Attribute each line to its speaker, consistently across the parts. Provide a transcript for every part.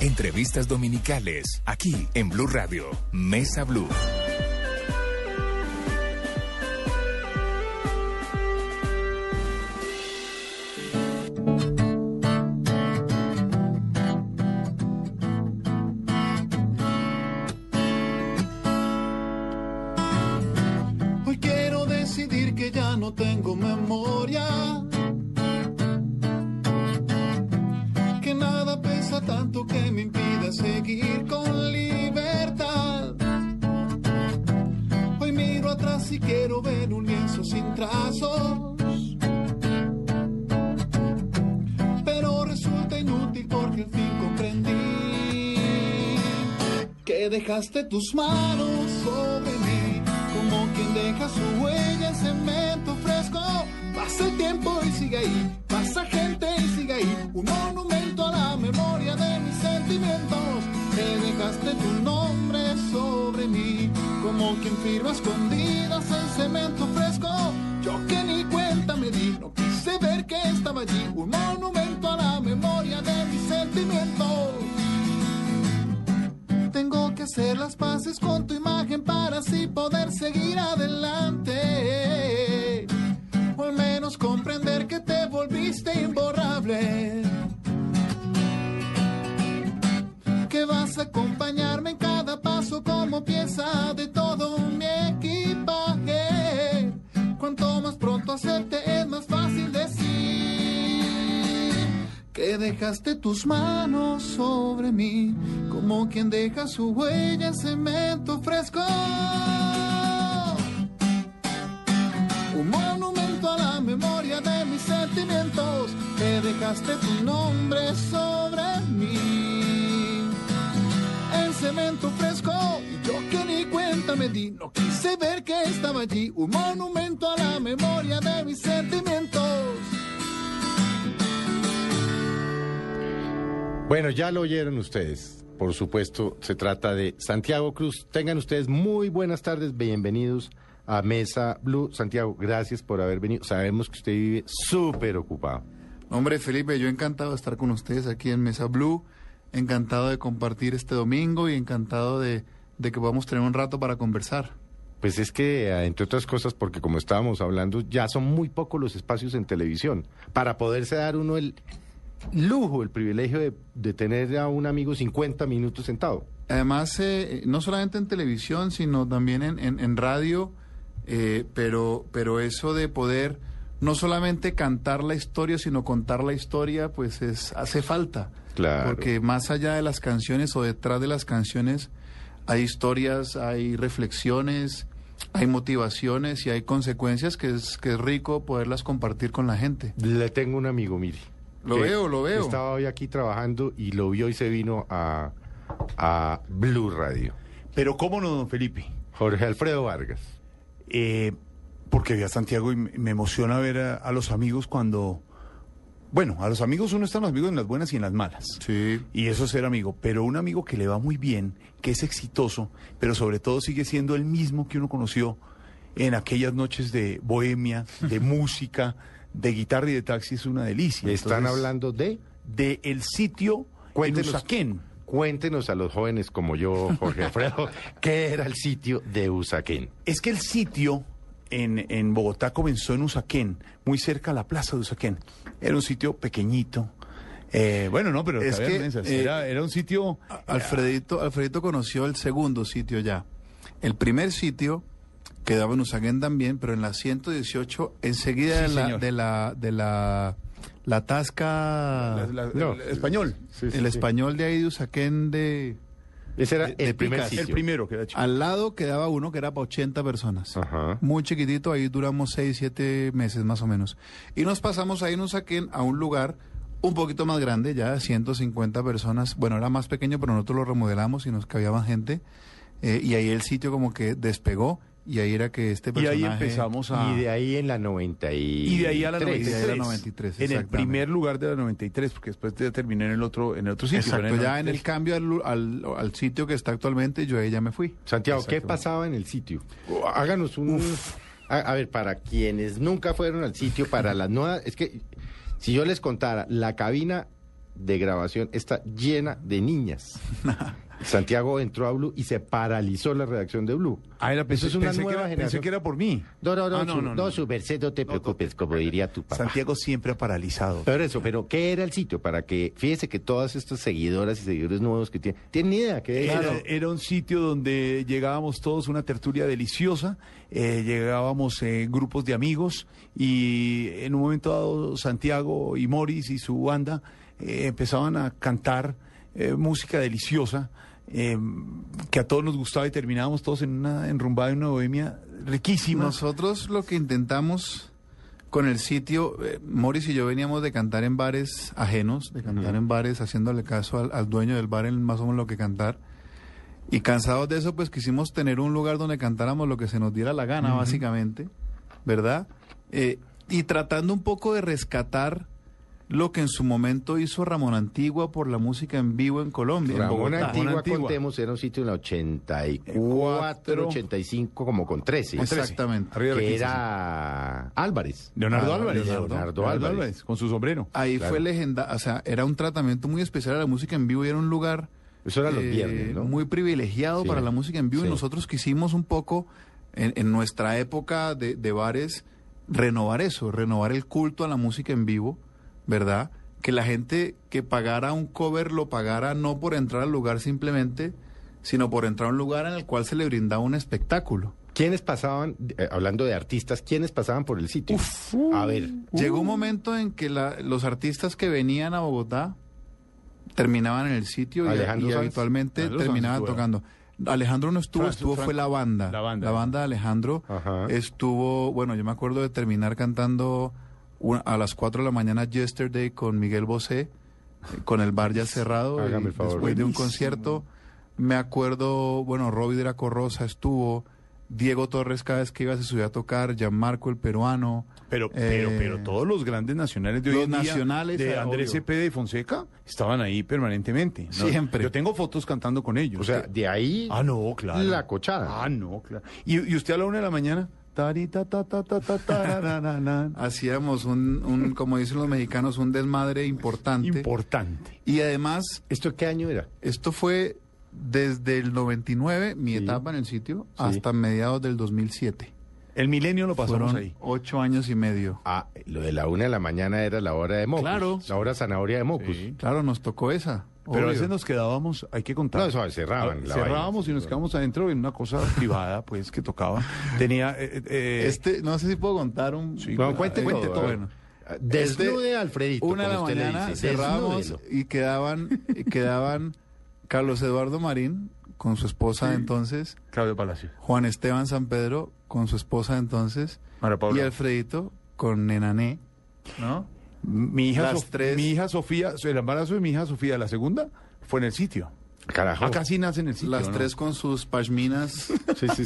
Speaker 1: Entrevistas dominicales, aquí en Blue Radio, Mesa Blue.
Speaker 2: Hoy quiero decidir que ya no tengo memoria. Que nada pesa tanto que me impida seguir con libertad. Hoy miro atrás y quiero ver un lienzo sin trazos. Pero resulta inútil porque al fin comprendí que dejaste tus manos sobre mí, como quien deja su huella en cemento fresco. Pasa el tiempo y sigue ahí, pasa gente y sigue ahí, un monumento a la memoria de mis sentimientos. Que dejaste tu nombre sobre mí, como quien firma escondidas en cemento fresco. Yo que ni cuenta me di, no quise ver que estaba allí, un monumento a la memoria de mis sentimientos. Tengo que hacer las paces con tu imagen para así poder seguir adelante. O al menos comprender que te volviste imborrable. Que vas a acompañarme en cada paso como pieza de todo mi equipaje. Cuanto más pronto acepte es más fácil decir que dejaste tus manos sobre mí, como quien deja su huella en cemento fresco. Un monumento a la memoria de mis sentimientos, que dejaste tu nombre sobre mí. En cemento fresco, y yo que ni cuenta me di, no quise ver que estaba allí. Un monumento a la memoria de mis sentimientos.
Speaker 3: Bueno, ya lo oyeron ustedes. Por supuesto, se trata de Santiago Cruz. Tengan ustedes muy buenas tardes. Bienvenidos a Mesa Blue. Santiago, gracias por haber venido. Sabemos que usted vive súper ocupado.
Speaker 2: Hombre, Felipe, yo encantado de estar con ustedes aquí en Mesa Blue, encantado de compartir este domingo y encantado de, de que podamos tener un rato para conversar.
Speaker 3: Pues es que, eh, entre otras cosas, porque como estábamos hablando, ya son muy pocos los espacios en televisión para poderse dar uno el lujo, el privilegio de, de tener a un amigo 50 minutos sentado.
Speaker 2: Además, eh, no solamente en televisión, sino también en, en- en radio, eh, pero, pero eso de poder no solamente cantar la historia, sino contar la historia, pues es, hace falta.
Speaker 3: Claro.
Speaker 2: Porque más allá de las canciones o detrás de las canciones, hay historias, hay reflexiones, hay motivaciones y hay consecuencias que es, que es rico poderlas compartir con la gente.
Speaker 3: Le tengo un amigo, mire.
Speaker 2: Lo
Speaker 3: que
Speaker 2: veo, lo veo.
Speaker 3: Estaba hoy aquí trabajando y lo vio y se vino a, a Blue Radio.
Speaker 4: Pero cómo no, don Felipe.
Speaker 3: Jorge Alfredo Vargas.
Speaker 4: Eh, porque ve a Santiago y me me emociona ver a, a los amigos cuando... Bueno, a los amigos uno está en los amigos en las buenas y en las malas.
Speaker 2: Sí.
Speaker 4: Y eso es ser amigo. Pero un amigo que le va muy bien, que es exitoso, pero sobre todo sigue siendo el mismo que uno conoció en aquellas noches de bohemia, de música, de guitarra y de taxi, es una delicia.
Speaker 3: Están
Speaker 4: Entonces,
Speaker 3: hablando de...
Speaker 4: de el sitio en Usaquén.
Speaker 3: cuéntenos a los jóvenes como yo, Jorge Alfredo, qué era el sitio de Usaquén.
Speaker 4: Es que el sitio en, en Bogotá comenzó en Usaquén, muy cerca a la plaza de Usaquén. Era un sitio pequeñito. Eh, bueno, no, pero
Speaker 2: Es
Speaker 4: todavía
Speaker 2: que,
Speaker 4: piensas,
Speaker 2: eh,
Speaker 4: era, era un sitio...
Speaker 2: Ah, Alfredito, Alfredito conoció el segundo sitio ya. El primer sitio quedaba en Usaquén también, pero en la 118, enseguida
Speaker 4: Sí,
Speaker 2: de, la,
Speaker 4: señor.
Speaker 2: de la de la la tasca,
Speaker 4: la- la-
Speaker 3: No.
Speaker 4: el español.
Speaker 3: Sí, sí,
Speaker 2: el
Speaker 3: sí.
Speaker 2: español de ahí de Usaquén de
Speaker 3: Ese era
Speaker 2: de-
Speaker 3: el
Speaker 2: de
Speaker 3: primer
Speaker 2: picas.
Speaker 3: sitio.
Speaker 4: El primero que era chico.
Speaker 2: al lado quedaba uno que era para 80 personas.
Speaker 3: Ajá.
Speaker 2: Muy chiquitito, ahí duramos 6, 7 meses más o menos. Y nos pasamos ahí en Usaquén a un lugar un poquito más grande, ya 150 personas. Bueno, era más pequeño, pero nosotros lo remodelamos y nos cabía más gente. Eh, y ahí el sitio como que despegó y ahí era que este
Speaker 4: Y
Speaker 2: personaje...
Speaker 4: ahí empezamos a...
Speaker 3: Y de ahí en la 90 y...
Speaker 4: Y de ahí a la
Speaker 3: tres.
Speaker 4: 93.
Speaker 2: de ahí a la 93,
Speaker 4: en el
Speaker 2: exactamente.
Speaker 4: primer lugar de la 93, porque después ya terminé en el otro, en el otro sitio.
Speaker 2: Exacto,
Speaker 4: pero
Speaker 2: ya en el
Speaker 4: 93.
Speaker 2: cambio al, lu- al, al sitio que está actualmente, yo ahí ya me fui.
Speaker 3: Santiago, ¿qué
Speaker 4: Exactamente.
Speaker 3: pasaba en el sitio? O, Háganos un... A, a ver, para quienes nunca fueron al sitio, para las nuevas... Es que si yo les contara, la cabina de grabación está llena de niñas. Santiago entró a Blue y se paralizó la redacción de Blue.
Speaker 4: Ah, era, pensé,
Speaker 3: Eso es una
Speaker 4: pensé que
Speaker 3: nueva
Speaker 4: era, pensé
Speaker 3: generación.
Speaker 4: que era por mí.
Speaker 3: No, no, no,
Speaker 4: Ah, no,
Speaker 3: su, no,
Speaker 4: no, no.
Speaker 3: su merced, no te preocupes, como diría tu papá.
Speaker 4: Santiago siempre ha paralizado.
Speaker 3: Pero eso, pero ¿qué era el sitio? Para que, fíjese que todas estas seguidoras y seguidores nuevos que tienen, tienen ni idea que
Speaker 4: Era, Eh, era un sitio donde llegábamos todos, una tertulia deliciosa, eh, llegábamos eh, grupos de amigos y en un momento dado Santiago y Morris y su banda eh, empezaban a cantar eh, música deliciosa eh, que a todos nos gustaba y terminábamos todos en una enrumbada, en una bohemia riquísima.
Speaker 2: Nosotros lo que intentamos con el sitio, eh, Morris y yo veníamos de cantar en bares ajenos, de cantar en bares, haciéndole caso al, al dueño del bar en más o menos lo que cantar. Y cansados de eso, pues quisimos tener un lugar donde cantáramos lo que se nos diera la gana, básicamente, ¿verdad? Eh, y tratando un poco de rescatar lo que en su momento hizo Ramón Antigua por la música en vivo en Colombia. en
Speaker 3: Ramón
Speaker 2: Bogotá.
Speaker 3: Antigua,
Speaker 4: Antigua.
Speaker 3: contemos, era un sitio en la 84,
Speaker 4: Cuatro.
Speaker 3: 85, como con 13.
Speaker 2: Exactamente.
Speaker 4: Arriba de la
Speaker 3: Que
Speaker 4: 15,
Speaker 3: era Álvarez.
Speaker 4: Leonardo
Speaker 3: Ah,
Speaker 4: Álvarez.
Speaker 3: Leonardo, Álvarez.
Speaker 4: con su sombrero.
Speaker 2: Ahí
Speaker 3: Claro.
Speaker 2: fue legenda, o sea, era un tratamiento muy especial a la música en vivo y era un lugar eh,
Speaker 3: Eso era los
Speaker 4: Eh,
Speaker 3: viernes, ¿no?
Speaker 2: muy privilegiado
Speaker 3: Sí.
Speaker 2: para la música en vivo
Speaker 3: Sí.
Speaker 2: y nosotros quisimos un poco en, en nuestra época de, de bares renovar eso, renovar el culto a la música en vivo, ¿verdad? Que la gente que pagara un cover lo pagara no por entrar al lugar simplemente, sino por entrar a un lugar en el cual se le brindaba un espectáculo.
Speaker 3: ¿Quiénes pasaban, eh, hablando de artistas, quiénes pasaban por el sitio? a ver,
Speaker 2: Llegó un momento en que la- los artistas que venían a Bogotá terminaban en el sitio y-
Speaker 3: Alejandro
Speaker 2: y,
Speaker 3: Sanz.
Speaker 2: habitualmente
Speaker 4: Alejandro Sanz
Speaker 2: terminaban
Speaker 4: estuvo.
Speaker 2: tocando. Alejandro no estuvo,
Speaker 4: Franz-
Speaker 2: estuvo
Speaker 4: Franz-
Speaker 2: fue la banda.
Speaker 4: la banda.
Speaker 2: de Alejandro
Speaker 3: Ajá.
Speaker 2: estuvo, bueno, yo me acuerdo de terminar cantando una- a las 4 de la mañana Yesterday con Miguel Bosé, eh, con el bar ya cerrado,
Speaker 3: Hágame
Speaker 2: y
Speaker 3: el favor.
Speaker 2: después de un
Speaker 4: Buenísimo.
Speaker 2: concierto. Me acuerdo, bueno, Robbie de la Corrosa estuvo, Diego Torres cada vez que iba se subía a tocar, Gianmarco el peruano.
Speaker 4: Pero,
Speaker 2: eh,
Speaker 4: pero, pero todos los grandes nacionales de hoy
Speaker 2: los
Speaker 4: en día,
Speaker 2: nacionales,
Speaker 4: de
Speaker 2: ah,
Speaker 4: Andrés
Speaker 2: obvio.
Speaker 4: Cepeda y Fonseca, estaban ahí permanentemente. ¿no?
Speaker 2: Siempre.
Speaker 4: Yo tengo fotos cantando con ellos.
Speaker 3: o sea, de ahí
Speaker 4: ah, no, claro.
Speaker 3: la cochada.
Speaker 4: Ah, no, claro. ¿Y, y usted a la una de la mañana? Tari, ta, ta, ta, ta, ta, tararararán.
Speaker 2: Hacíamos un, un, como dicen los mexicanos, un desmadre importante.
Speaker 4: Importante.
Speaker 2: y además,
Speaker 3: ¿Esto qué año era?
Speaker 2: esto fue desde el 99, mi
Speaker 3: Sí.
Speaker 2: etapa en el sitio, hasta mediados del 2007.
Speaker 4: El milenio lo pasamos
Speaker 2: Fueron
Speaker 4: ahí.
Speaker 2: ocho años y medio.
Speaker 3: Ah, lo de la una de la mañana era la hora de Mocus.
Speaker 4: Claro.
Speaker 3: La hora zanahoria de Mocus.
Speaker 4: Sí.
Speaker 2: Claro, nos tocó esa.
Speaker 4: Pero a
Speaker 2: obvio.
Speaker 4: veces nos quedábamos, hay que contar.
Speaker 3: No, eso, cerraban la
Speaker 4: Cerrábamos
Speaker 3: vaina.
Speaker 4: y nos quedamos adentro en una cosa privada, pues, que tocaba. Tenía. eh, eh,
Speaker 2: Este, no sé si puedo contar un...
Speaker 4: Sí,
Speaker 3: No,
Speaker 4: Ah,
Speaker 3: cuente,
Speaker 4: cuente
Speaker 3: todo.
Speaker 4: todo.
Speaker 3: Bueno.
Speaker 4: Este,
Speaker 3: Desnude a Alfredito.
Speaker 2: Este, Una de la
Speaker 3: como usted le
Speaker 2: mañana
Speaker 3: dice,
Speaker 2: cerrábamos
Speaker 3: desnúdelo.
Speaker 2: y quedaban, y quedaban Carlos Eduardo Marín con su esposa entonces,
Speaker 4: Claudio Palacio.
Speaker 2: Juan Esteban San Pedro con su esposa entonces
Speaker 4: Mara Paula.
Speaker 2: y Alfredito con Nenané, ¿no?
Speaker 4: Mi hija,
Speaker 2: Las
Speaker 4: Sof-
Speaker 2: tres.
Speaker 4: mi hija Sofía, el embarazo de mi hija Sofía, la segunda, fue en el sitio.
Speaker 3: Carajo.
Speaker 4: Acá sí nace en el sitio.
Speaker 2: Las
Speaker 4: ¿no?
Speaker 2: tres con sus pashminas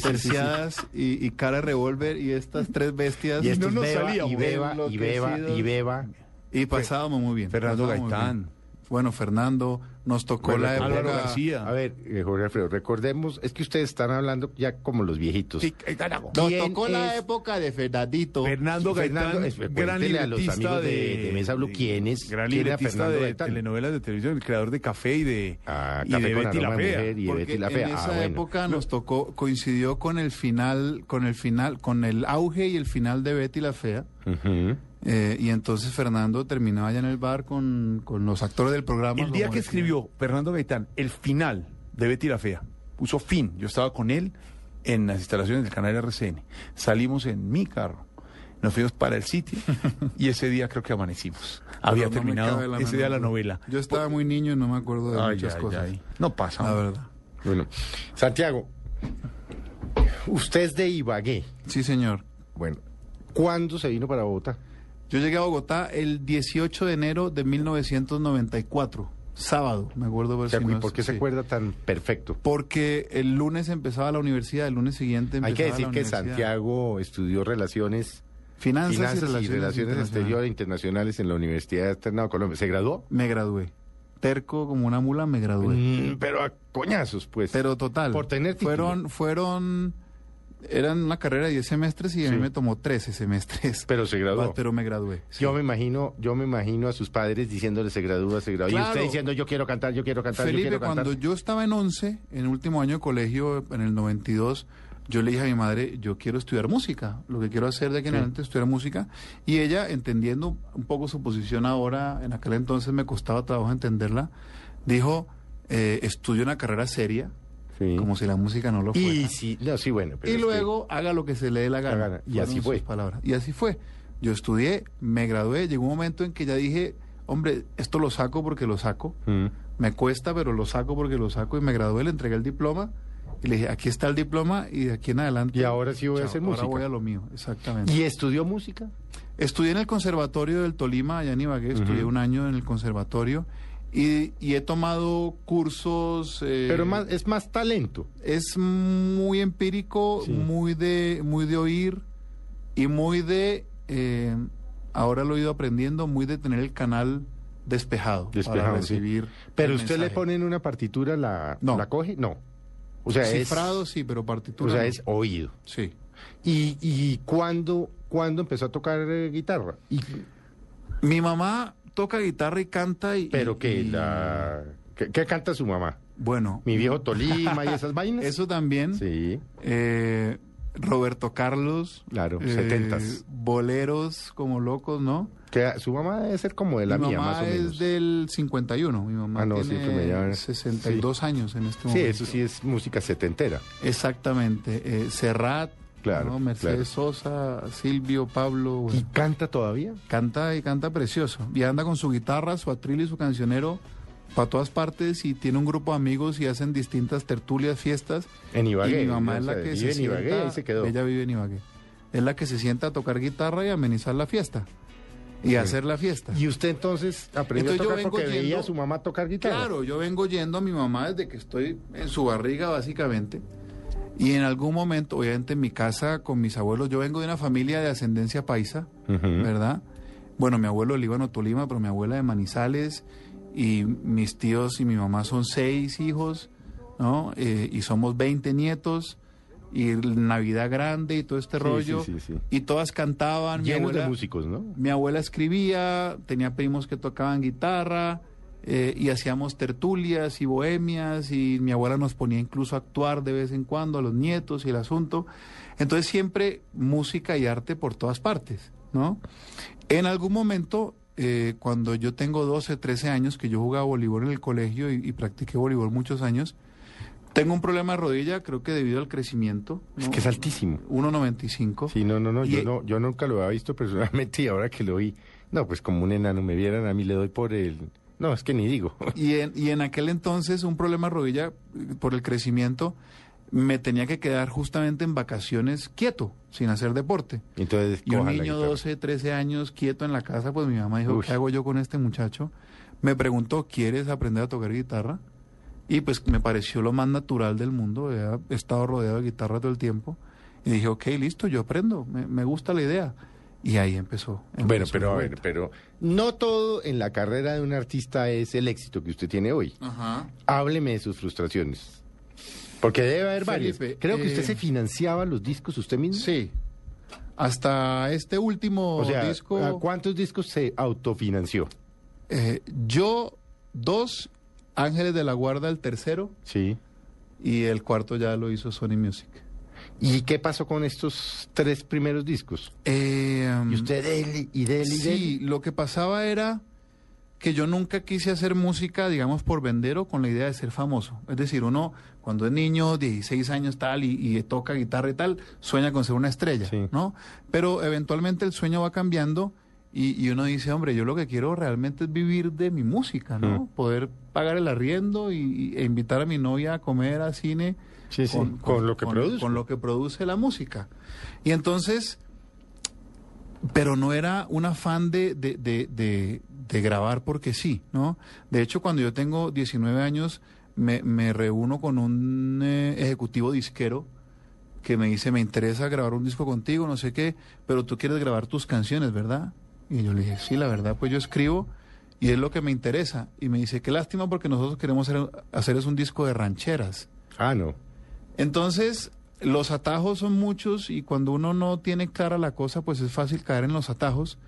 Speaker 2: terciadas Y, y cara de revólver y estas tres bestias
Speaker 3: Y esto
Speaker 4: no nos
Speaker 3: beba, y
Speaker 4: salíamos.
Speaker 3: beba, y beba, y beba.
Speaker 2: y pasábamos muy bien.
Speaker 4: Fernando
Speaker 2: pasábamos muy
Speaker 4: Gaitán.
Speaker 2: bien. Bueno, Fernando, nos tocó
Speaker 3: Bueno,
Speaker 2: la
Speaker 4: Álvaro
Speaker 2: época-
Speaker 4: García.
Speaker 3: A ver, eh, Jorge Alfredo, recordemos, es que ustedes están hablando ya como los viejitos.
Speaker 4: Sí, ahí está, Nago.
Speaker 2: Nos
Speaker 3: ¿Quién
Speaker 2: tocó la
Speaker 3: es?
Speaker 2: época de Fernandito.
Speaker 4: Fernando Gaitán,
Speaker 3: es-
Speaker 4: gran
Speaker 3: cuéntele a los
Speaker 4: libretista
Speaker 3: amigos
Speaker 4: Eh, de,
Speaker 3: de- de Mesa Blue, ¿quién es-
Speaker 4: Gran
Speaker 3: quién era
Speaker 4: libretista
Speaker 3: Fernando
Speaker 4: de
Speaker 3: Gaitán?
Speaker 4: telenovelas de televisión, el creador de Café y de,
Speaker 3: Ah,
Speaker 4: y
Speaker 3: Café
Speaker 4: de
Speaker 3: con
Speaker 4: Betty
Speaker 3: aroma
Speaker 4: la
Speaker 3: de
Speaker 4: Fea.
Speaker 3: mujer y-
Speaker 2: Porque
Speaker 3: Betty la Fea.
Speaker 2: en
Speaker 3: Ah,
Speaker 2: esa
Speaker 3: bueno.
Speaker 2: época nos tocó, coincidió con el final, con el final, con el auge y el final de Betty la Fea.
Speaker 3: Ujú.
Speaker 2: Eh, y entonces Fernando terminaba allá en el bar con, con los actores del programa.
Speaker 4: El día
Speaker 2: como decían.
Speaker 4: que escribió Fernando Gaitán el final de Betty la Fea, puso fin. Yo estaba con él en las instalaciones del canal RCN. Salimos en mi carro. Nos fuimos para el sitio y ese día creo que amanecimos.
Speaker 2: Pero no
Speaker 4: Había
Speaker 2: me
Speaker 4: terminado
Speaker 2: cabe la
Speaker 4: ese
Speaker 2: menor
Speaker 4: día la
Speaker 2: duda.
Speaker 4: novela.
Speaker 2: Yo estaba muy niño y no me acuerdo de
Speaker 4: Ay,
Speaker 2: muchas
Speaker 4: ay,
Speaker 2: cosas.
Speaker 4: ay. No pasa.
Speaker 2: La
Speaker 4: hombre.
Speaker 2: verdad.
Speaker 3: Bueno, Santiago, usted es de Ibagué.
Speaker 2: Sí, señor.
Speaker 4: Pues
Speaker 3: Bueno, ¿cuándo se vino para Bogotá?
Speaker 2: Yo llegué a Bogotá el 18 de enero de 1994, sábado, me acuerdo.
Speaker 3: O
Speaker 2: ver
Speaker 3: sea,
Speaker 2: si
Speaker 3: ¿y
Speaker 2: no
Speaker 3: ¿Por
Speaker 2: es-
Speaker 3: qué se
Speaker 2: sí.
Speaker 3: acuerda tan perfecto?
Speaker 2: Porque el lunes empezaba la universidad, el lunes siguiente empezaba
Speaker 3: Hay que decir
Speaker 2: la
Speaker 3: que
Speaker 2: universidad.
Speaker 3: Santiago estudió relaciones,
Speaker 2: Finanzas, y relaciones,
Speaker 3: finanzas y relaciones
Speaker 2: internacionales.
Speaker 3: exteriores internacionales en la Universidad Externado de Colombia. ¿Se graduó?
Speaker 2: Me gradué. Terco como una mula, me gradué.
Speaker 3: Mm, pero a coñazos, pues.
Speaker 2: Pero total.
Speaker 3: Por tener título.
Speaker 2: Fueron, fueron, eran una carrera de 10 semestres y a mí
Speaker 3: Sí.
Speaker 2: me tomó 13 semestres.
Speaker 3: Pero se graduó.
Speaker 2: Ah, Pero me gradué. sí.
Speaker 3: Yo me imagino, yo me imagino a sus padres diciéndole se gradúa, se gradúa. Y
Speaker 2: Claro.
Speaker 3: usted diciendo yo quiero cantar, yo quiero cantar, yo
Speaker 2: Felipe,
Speaker 3: quiero cantar.
Speaker 2: cuando yo estaba en 11, en el último año de colegio, en el 92, yo le dije a mi madre, yo quiero estudiar música, lo que quiero hacer de aquí en adelante es estudiar música. Y ella, entendiendo un poco su posición ahora, en aquel entonces me costaba trabajo entenderla, dijo, eh, estudio una carrera seria,
Speaker 3: Sí.
Speaker 2: como si la música no lo fuera.
Speaker 3: Y sí, no, sí, bueno. pero
Speaker 2: y
Speaker 3: es que-
Speaker 2: luego haga lo que se le dé la gana.
Speaker 3: La gana. Y así
Speaker 2: Fueron
Speaker 3: fue.
Speaker 2: sus palabras. Y así fue. Yo estudié, me gradué, llegó un momento en que ya dije, hombre, esto lo saco porque lo saco.
Speaker 3: Mm.
Speaker 2: Me cuesta, pero lo saco porque lo saco. Y me gradué, le entregué el diploma. Y le dije, aquí está el diploma y de aquí en adelante.
Speaker 3: Y ahora sí voy a
Speaker 2: chao,
Speaker 3: hacer música.
Speaker 2: Ahora voy a lo mío, exactamente.
Speaker 3: ¿Y e- estudió música?
Speaker 2: Estudié en el Conservatorio del Tolima, allá en Ibagué, estudié un año en el Conservatorio. Y, y he tomado cursos... eh,
Speaker 3: Pero más, es más talento.
Speaker 2: es muy empírico,
Speaker 3: Sí.
Speaker 2: muy de muy de oír y muy de eh, ahora lo he ido aprendiendo, muy de tener el canal despejado, para
Speaker 3: Despejado, sí.
Speaker 2: recibir.
Speaker 3: Pero
Speaker 2: el
Speaker 3: usted le
Speaker 2: mensaje.
Speaker 3: pone en una partitura, la,
Speaker 2: No.
Speaker 3: la coge, no. O sea, es,
Speaker 2: cifrado sí, pero
Speaker 3: o
Speaker 2: partitura.
Speaker 3: sea,
Speaker 2: no.
Speaker 3: es oído.
Speaker 2: sí.
Speaker 3: ¿Y, y cuándo, cuándo empezó a tocar eh, guitarra? Y,
Speaker 2: Mi mamá toca guitarra y canta y
Speaker 3: pero que
Speaker 2: y-
Speaker 3: la... ¿qué, qué canta su mamá?
Speaker 2: bueno,
Speaker 3: Mi viejo Tolima y esas vainas.
Speaker 2: eso también.
Speaker 3: Sí.
Speaker 2: Eh, Roberto Carlos,
Speaker 3: Claro,
Speaker 2: eh,
Speaker 3: setentas.
Speaker 2: boleros como locos, ¿no?
Speaker 3: Que su mamá debe ser como de la
Speaker 2: mi
Speaker 3: mía,
Speaker 2: mamá
Speaker 3: más o menos.
Speaker 2: es del 51, mi mamá
Speaker 3: Ah, no, sí,
Speaker 2: tiene
Speaker 3: que me llaman.
Speaker 2: 62 años en este
Speaker 3: Sí,
Speaker 2: momento.
Speaker 3: eso sí es música setentera.
Speaker 2: Exactamente, eh, Serrat,
Speaker 3: Claro,
Speaker 2: ¿no? Mercedes Sosa, Silvio, Pablo, bueno,
Speaker 3: ¿Y canta todavía?
Speaker 2: canta y canta precioso. Y anda con su guitarra, su atril y su cancionero para todas partes y tiene un grupo de amigos y hacen distintas tertulias, fiestas.
Speaker 3: En Ibagué.
Speaker 2: Y mi mamá
Speaker 3: ¿no?
Speaker 2: es
Speaker 3: O
Speaker 2: la
Speaker 3: sea,
Speaker 2: que
Speaker 3: vive
Speaker 2: se
Speaker 3: en Ibagué,
Speaker 2: sienta,
Speaker 3: ahí se quedó.
Speaker 2: Ella vive en Ibagué. Es la que se sienta a tocar guitarra y amenizar la fiesta. Y hacer la fiesta.
Speaker 3: Y usted entonces aprendió
Speaker 2: Entonces yo
Speaker 3: a tocar
Speaker 2: vengo
Speaker 3: porque veía
Speaker 2: yendo-
Speaker 3: a su mamá tocar guitarra.
Speaker 2: Claro, yo vengo yendo a mi mamá desde que estoy en su barriga, básicamente. Y en algún momento, obviamente en mi casa con mis abuelos, yo vengo de una familia de ascendencia paisa, ¿verdad? Bueno, mi abuelo de Líbano Tolima, pero mi abuela de Manizales, y mis tíos y mi mamá son seis hijos, ¿no? Eh, y somos 20 nietos, y Navidad Grande y todo este
Speaker 3: Sí,
Speaker 2: rollo.
Speaker 3: sí, sí, sí.
Speaker 2: Y todas cantaban. mi
Speaker 3: Llenos de
Speaker 2: abuela-
Speaker 3: músicos, ¿no?
Speaker 2: mi abuela escribía, tenía primos que tocaban guitarra eh, y hacíamos tertulias y bohemias y mi abuela nos ponía incluso a actuar de vez en cuando a los nietos y el asunto. Entonces siempre música y arte por todas partes, ¿no? En algún momento, eh, cuando yo tengo 12, 13 años, que yo jugaba voleibol en el colegio y, y practiqué voleibol muchos años, tengo un problema de rodilla, creo que debido al crecimiento.
Speaker 3: Es que es altísimo.
Speaker 2: 1.95.
Speaker 3: Sí, no, no, no, yo
Speaker 2: Y- e-
Speaker 3: no, yo nunca lo había visto personalmente y ahora que lo vi, no, pues como un enano me vieran a mí le doy por el, no, es que ni digo.
Speaker 2: Y en, y en aquel entonces un problema de rodilla eh, por el crecimiento me tenía que quedar justamente en vacaciones quieto, sin hacer deporte.
Speaker 3: Entonces,
Speaker 2: Y un
Speaker 3: cojan la
Speaker 2: niño
Speaker 3: guitarra.
Speaker 2: 12, 13 años quieto en la casa, pues mi mamá dijo,
Speaker 3: Uy.
Speaker 2: ¿qué hago yo con este muchacho? Me preguntó, ¿quieres aprender a tocar guitarra? Y pues me pareció lo más natural del mundo, he estado rodeado de guitarra todo el tiempo. Y dije, ok, listo, yo aprendo, me, me gusta la idea. Y ahí empezó.
Speaker 3: Bueno,
Speaker 2: empezó
Speaker 3: pero
Speaker 2: la
Speaker 3: a ver,
Speaker 2: vuelta.
Speaker 3: pero no todo en la carrera de un artista es el éxito que usted tiene hoy.
Speaker 2: Ajá.
Speaker 3: Hábleme de sus frustraciones. Porque debe haber varias.
Speaker 2: Felipe,
Speaker 3: Creo que usted
Speaker 2: eh,
Speaker 3: se financiaba los discos usted mismo.
Speaker 2: Sí. Hasta este último
Speaker 3: O sea, ¿a
Speaker 2: disco,
Speaker 3: ¿cuántos discos se autofinanció?
Speaker 2: eh, yo dos, Ángeles de la Guarda el tercero
Speaker 3: Sí.
Speaker 2: y el cuarto ya lo hizo Sony Music.
Speaker 3: ¿Y qué pasó con estos tres primeros discos?
Speaker 2: Eh,
Speaker 3: Y usted dele y dele y
Speaker 2: sí, lo que pasaba era que yo nunca quise hacer música, digamos, por vender o con la idea de ser famoso. Es decir, uno cuando es niño, 16 años tal, y, y toca guitarra y tal, sueña con ser una estrella,
Speaker 3: Sí.
Speaker 2: ¿no? Pero eventualmente el sueño va cambiando y, y uno dice, hombre, yo lo que quiero realmente es vivir de mi música, ¿no?
Speaker 3: Mm.
Speaker 2: Poder pagar el arriendo y, y- e invitar a mi novia a comer, a cine,
Speaker 3: Sí, sí, con lo que produzco.
Speaker 2: Con lo que produce la música. Y entonces pero no era un afán de, de, de, de- de grabar porque sí, ¿no? De hecho, cuando yo tengo 19 años, me, me reúno con un eh, ejecutivo disquero que me dice, me interesa grabar un disco contigo, no sé qué, pero tú quieres grabar tus canciones, ¿verdad? Y yo le dije, sí, la verdad, pues yo escribo y es lo que me interesa. Y me dice, qué lástima porque nosotros queremos hacer, hacer es un disco de rancheras.
Speaker 3: Ah, no.
Speaker 2: Entonces, los atajos son muchos y cuando uno no tiene clara la cosa, pues es fácil caer en los atajos.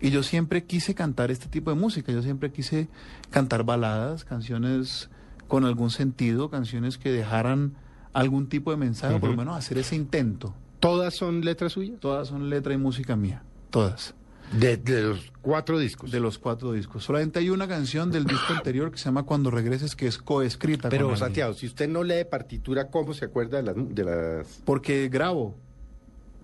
Speaker 2: Y yo siempre quise cantar este tipo de música, yo siempre quise cantar baladas, canciones con algún sentido, canciones que dejaran algún tipo de mensaje, o por lo menos hacer ese intento.
Speaker 3: ¿Todas son letras suyas?
Speaker 2: Todas son letra y música mía, todas,
Speaker 3: De, de los cuatro discos.
Speaker 2: de los cuatro discos. Solamente hay una canción del disco anterior que se llama Cuando regreses, que es coescrita. con
Speaker 3: Pero,
Speaker 2: alguien.
Speaker 3: Santiago, si usted no lee partitura, ¿cómo se acuerda de las... De las...
Speaker 2: Porque grabo.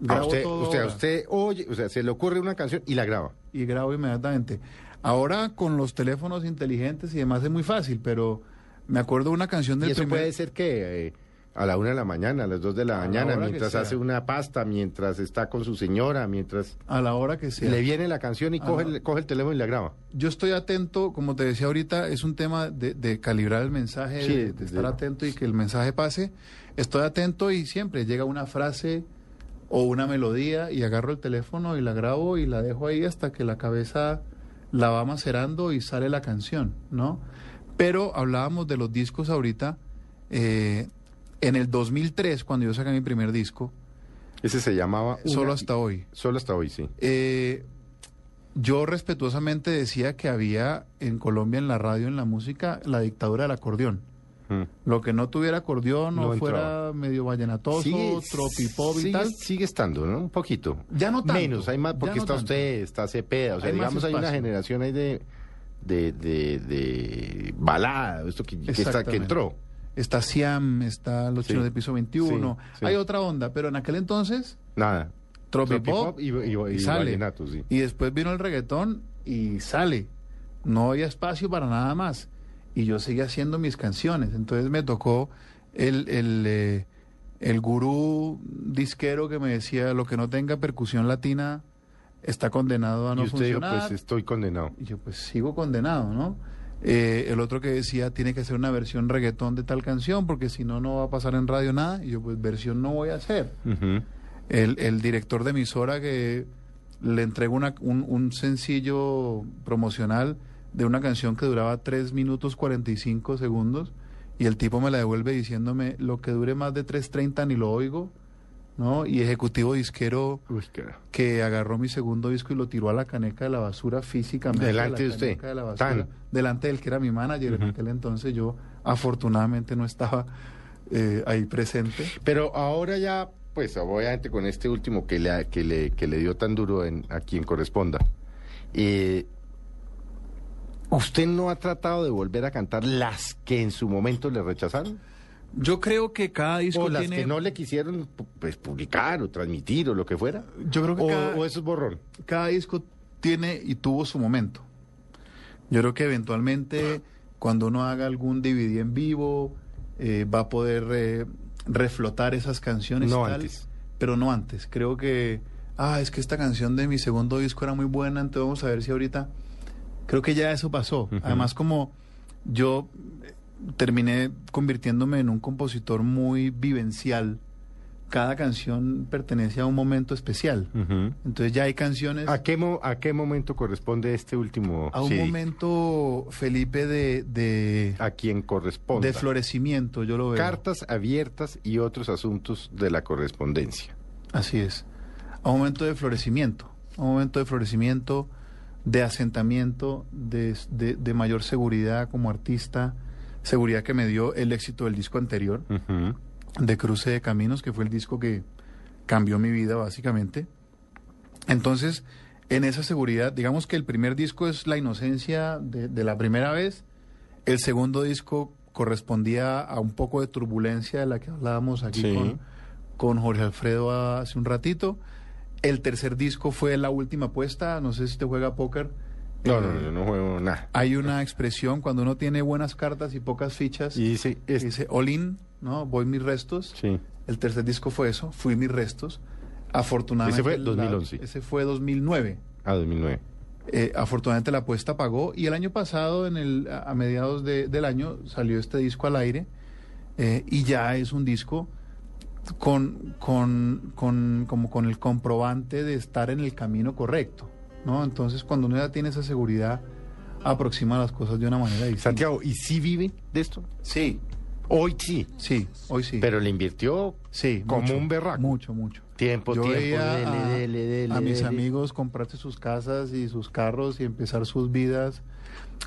Speaker 3: Ah,
Speaker 2: grabo
Speaker 3: usted,
Speaker 2: todo
Speaker 3: usted,
Speaker 2: ahora.
Speaker 3: usted oye, o sea, se le ocurre una canción y la graba.
Speaker 2: y grabo inmediatamente. Ahora con los teléfonos inteligentes y demás es muy fácil, pero me acuerdo una canción
Speaker 3: Y
Speaker 2: del
Speaker 3: eso
Speaker 2: primer-
Speaker 3: puede ser que eh, a la una de la mañana, a las dos de la
Speaker 2: A la
Speaker 3: mañana,
Speaker 2: hora que
Speaker 3: mientras
Speaker 2: sea.
Speaker 3: hace una pasta, mientras está con su señora, mientras
Speaker 2: a la hora que sea.
Speaker 3: le viene la canción y
Speaker 2: Ah,
Speaker 3: coge,
Speaker 2: no.
Speaker 3: el, coge el teléfono y la graba.
Speaker 2: Yo estoy atento, como te decía ahorita, es un tema de, de calibrar el mensaje,
Speaker 3: Sí,
Speaker 2: de- de,
Speaker 3: de-
Speaker 2: estar atento y que el mensaje pase. Estoy atento y siempre llega una frase o una melodía y agarro el teléfono y la grabo y la dejo ahí hasta que la cabeza la va macerando y sale la canción, ¿no? Pero hablábamos de los discos ahorita. eh, en el 2003, cuando yo saqué mi primer disco,
Speaker 3: Ese se llamaba... Una-
Speaker 2: solo hasta hoy.
Speaker 3: Solo hasta hoy, sí.
Speaker 2: Eh, yo respetuosamente decía que había en Colombia, en la radio, en la música, la dictadura del acordeón.
Speaker 3: Mm.
Speaker 2: Lo que no tuviera acordeón o
Speaker 3: No
Speaker 2: fuera medio vallenatoso,
Speaker 3: Sigue-
Speaker 2: tropipop y
Speaker 3: sigue,
Speaker 2: tal.
Speaker 3: sigue estando, ¿no? Un poquito.
Speaker 2: Ya no tanto.
Speaker 3: Menos, hay más,
Speaker 2: ya
Speaker 3: porque
Speaker 2: no
Speaker 3: está
Speaker 2: tanto.
Speaker 3: usted, está Cepeda, o sea,
Speaker 2: Hay más
Speaker 3: digamos hay una
Speaker 2: espacio.
Speaker 3: generación ahí de, de, de, de balada, esto que, que está, que
Speaker 2: Exactamente.
Speaker 3: entró.
Speaker 2: Está Siam, está Los
Speaker 3: Sí,
Speaker 2: Chinos de Piso 21.
Speaker 3: sí, sí.
Speaker 2: Hay otra onda, pero en aquel entonces,
Speaker 3: Nada.
Speaker 2: tropipop
Speaker 3: y, y, y,
Speaker 2: y sale.
Speaker 3: vallenato, sí.
Speaker 2: Y después vino el reggaetón y sale. No había espacio para nada más. Y yo seguía haciendo mis canciones. Entonces me tocó el, el, eh, el gurú disquero que me decía, lo que no tenga percusión latina está condenado a no
Speaker 3: y usted
Speaker 2: funcionar.
Speaker 3: dijo, pues estoy condenado.
Speaker 2: Y yo pues sigo condenado, ¿no? Eh, el otro que decía, tiene que hacer una versión reggaetón de tal canción, porque si no, no va a pasar en radio nada. Y yo pues versión no voy a hacer
Speaker 3: Ujú.
Speaker 2: el, el director de emisora que le entregó una- un, un sencillo promocional de una canción que duraba 3 minutos 45 segundos y el tipo me la devuelve diciéndome lo que dure más de 3.30 ni lo oigo, ¿no? Y ejecutivo disquero
Speaker 3: Uy, carajo.
Speaker 2: que agarró mi segundo disco y lo tiró a la caneca de la basura físicamente.
Speaker 3: Delante
Speaker 2: a
Speaker 3: de
Speaker 2: la
Speaker 3: usted.
Speaker 2: caneca la basura,
Speaker 3: Tan.
Speaker 2: Delante del que era mi manager. En aquel entonces yo afortunadamente no estaba eh, ahí presente.
Speaker 3: Pero ahora ya, pues obviamente con este último que le, que le, que le dio tan duro en, a quien corresponda, eh, ¿usted no ha tratado de volver a cantar las que en su momento le rechazaron?
Speaker 2: Yo creo que cada disco
Speaker 3: ¿O las
Speaker 2: tiene...
Speaker 3: que no le quisieron pu- pues, publicar o transmitir o lo que fuera?
Speaker 2: Yo creo que
Speaker 3: ¿O,
Speaker 2: cada,
Speaker 3: o eso es borrón?
Speaker 2: cada disco tiene y tuvo su momento. Yo creo que eventualmente cuando uno haga algún DVD en vivo eh, va a poder eh, reflotar esas canciones. y
Speaker 3: No
Speaker 2: tal,
Speaker 3: antes.
Speaker 2: Pero no antes. Creo que, ah, es que esta canción de mi segundo disco era muy buena, entonces vamos a ver si ahorita... Creo que ya eso pasó. Además como yo eh, terminé convirtiéndome en un compositor muy vivencial. Cada canción pertenece a un momento especial. Entonces ya hay canciones
Speaker 3: ¿A, qué mo- ¿A qué momento corresponde este último
Speaker 2: a un
Speaker 3: CD?
Speaker 2: momento, Felipe, de, de,
Speaker 3: A quien corresponde.
Speaker 2: de florecimiento, yo lo veo.
Speaker 3: Cartas abiertas y otros asuntos de la correspondencia.
Speaker 2: Así es. A un momento de florecimiento, a un momento de florecimiento, de asentamiento, de, de- de mayor seguridad como artista, seguridad que me dio el éxito del disco anterior, de Cruce de Caminos, que fue el disco que cambió mi vida básicamente. Entonces, en esa seguridad, digamos que el primer disco es la inocencia de, de la primera vez, el segundo disco correspondía a un poco de turbulencia de la que hablábamos aquí
Speaker 3: Sí.
Speaker 2: con, con Jorge Alfredo hace un ratito. El tercer disco fue la última apuesta, no sé si te juega póker. Eh,
Speaker 3: No, no, no, yo no juego nada.
Speaker 2: Hay una expresión cuando uno tiene buenas cartas y pocas fichas,
Speaker 3: Y dice,
Speaker 2: que
Speaker 3: es-
Speaker 2: dice all in, ¿no? Voy mis restos.
Speaker 3: sí.
Speaker 2: El tercer disco fue eso, Fui mis restos. Afortunadamente.
Speaker 3: Ese fue
Speaker 2: la-
Speaker 3: 2011.
Speaker 2: ese fue 2009.
Speaker 3: Ah, 2009.
Speaker 2: Eh, afortunadamente la apuesta pagó y el año pasado, en el, a a mediados de- del año, salió este disco al aire eh, y ya es un disco con, con, con- como con el comprobante de estar en el camino correcto. ¿no? Entonces, cuando uno ya tiene esa seguridad, aproxima las cosas de una manera distinta.
Speaker 3: Santiago, ¿y sí vive de esto?
Speaker 2: Sí,
Speaker 3: Hoy sí,
Speaker 2: sí, hoy sí.
Speaker 3: pero le invirtió
Speaker 2: sí,
Speaker 3: como
Speaker 2: mucho,
Speaker 3: un berraco.
Speaker 2: Mucho, mucho.
Speaker 3: Tiempo,
Speaker 2: Yo
Speaker 3: tiempo,
Speaker 2: veía
Speaker 3: dele,
Speaker 2: a,
Speaker 3: dele, dele,
Speaker 2: a mis
Speaker 3: dele.
Speaker 2: amigos comprarse sus casas y sus carros y empezar sus vidas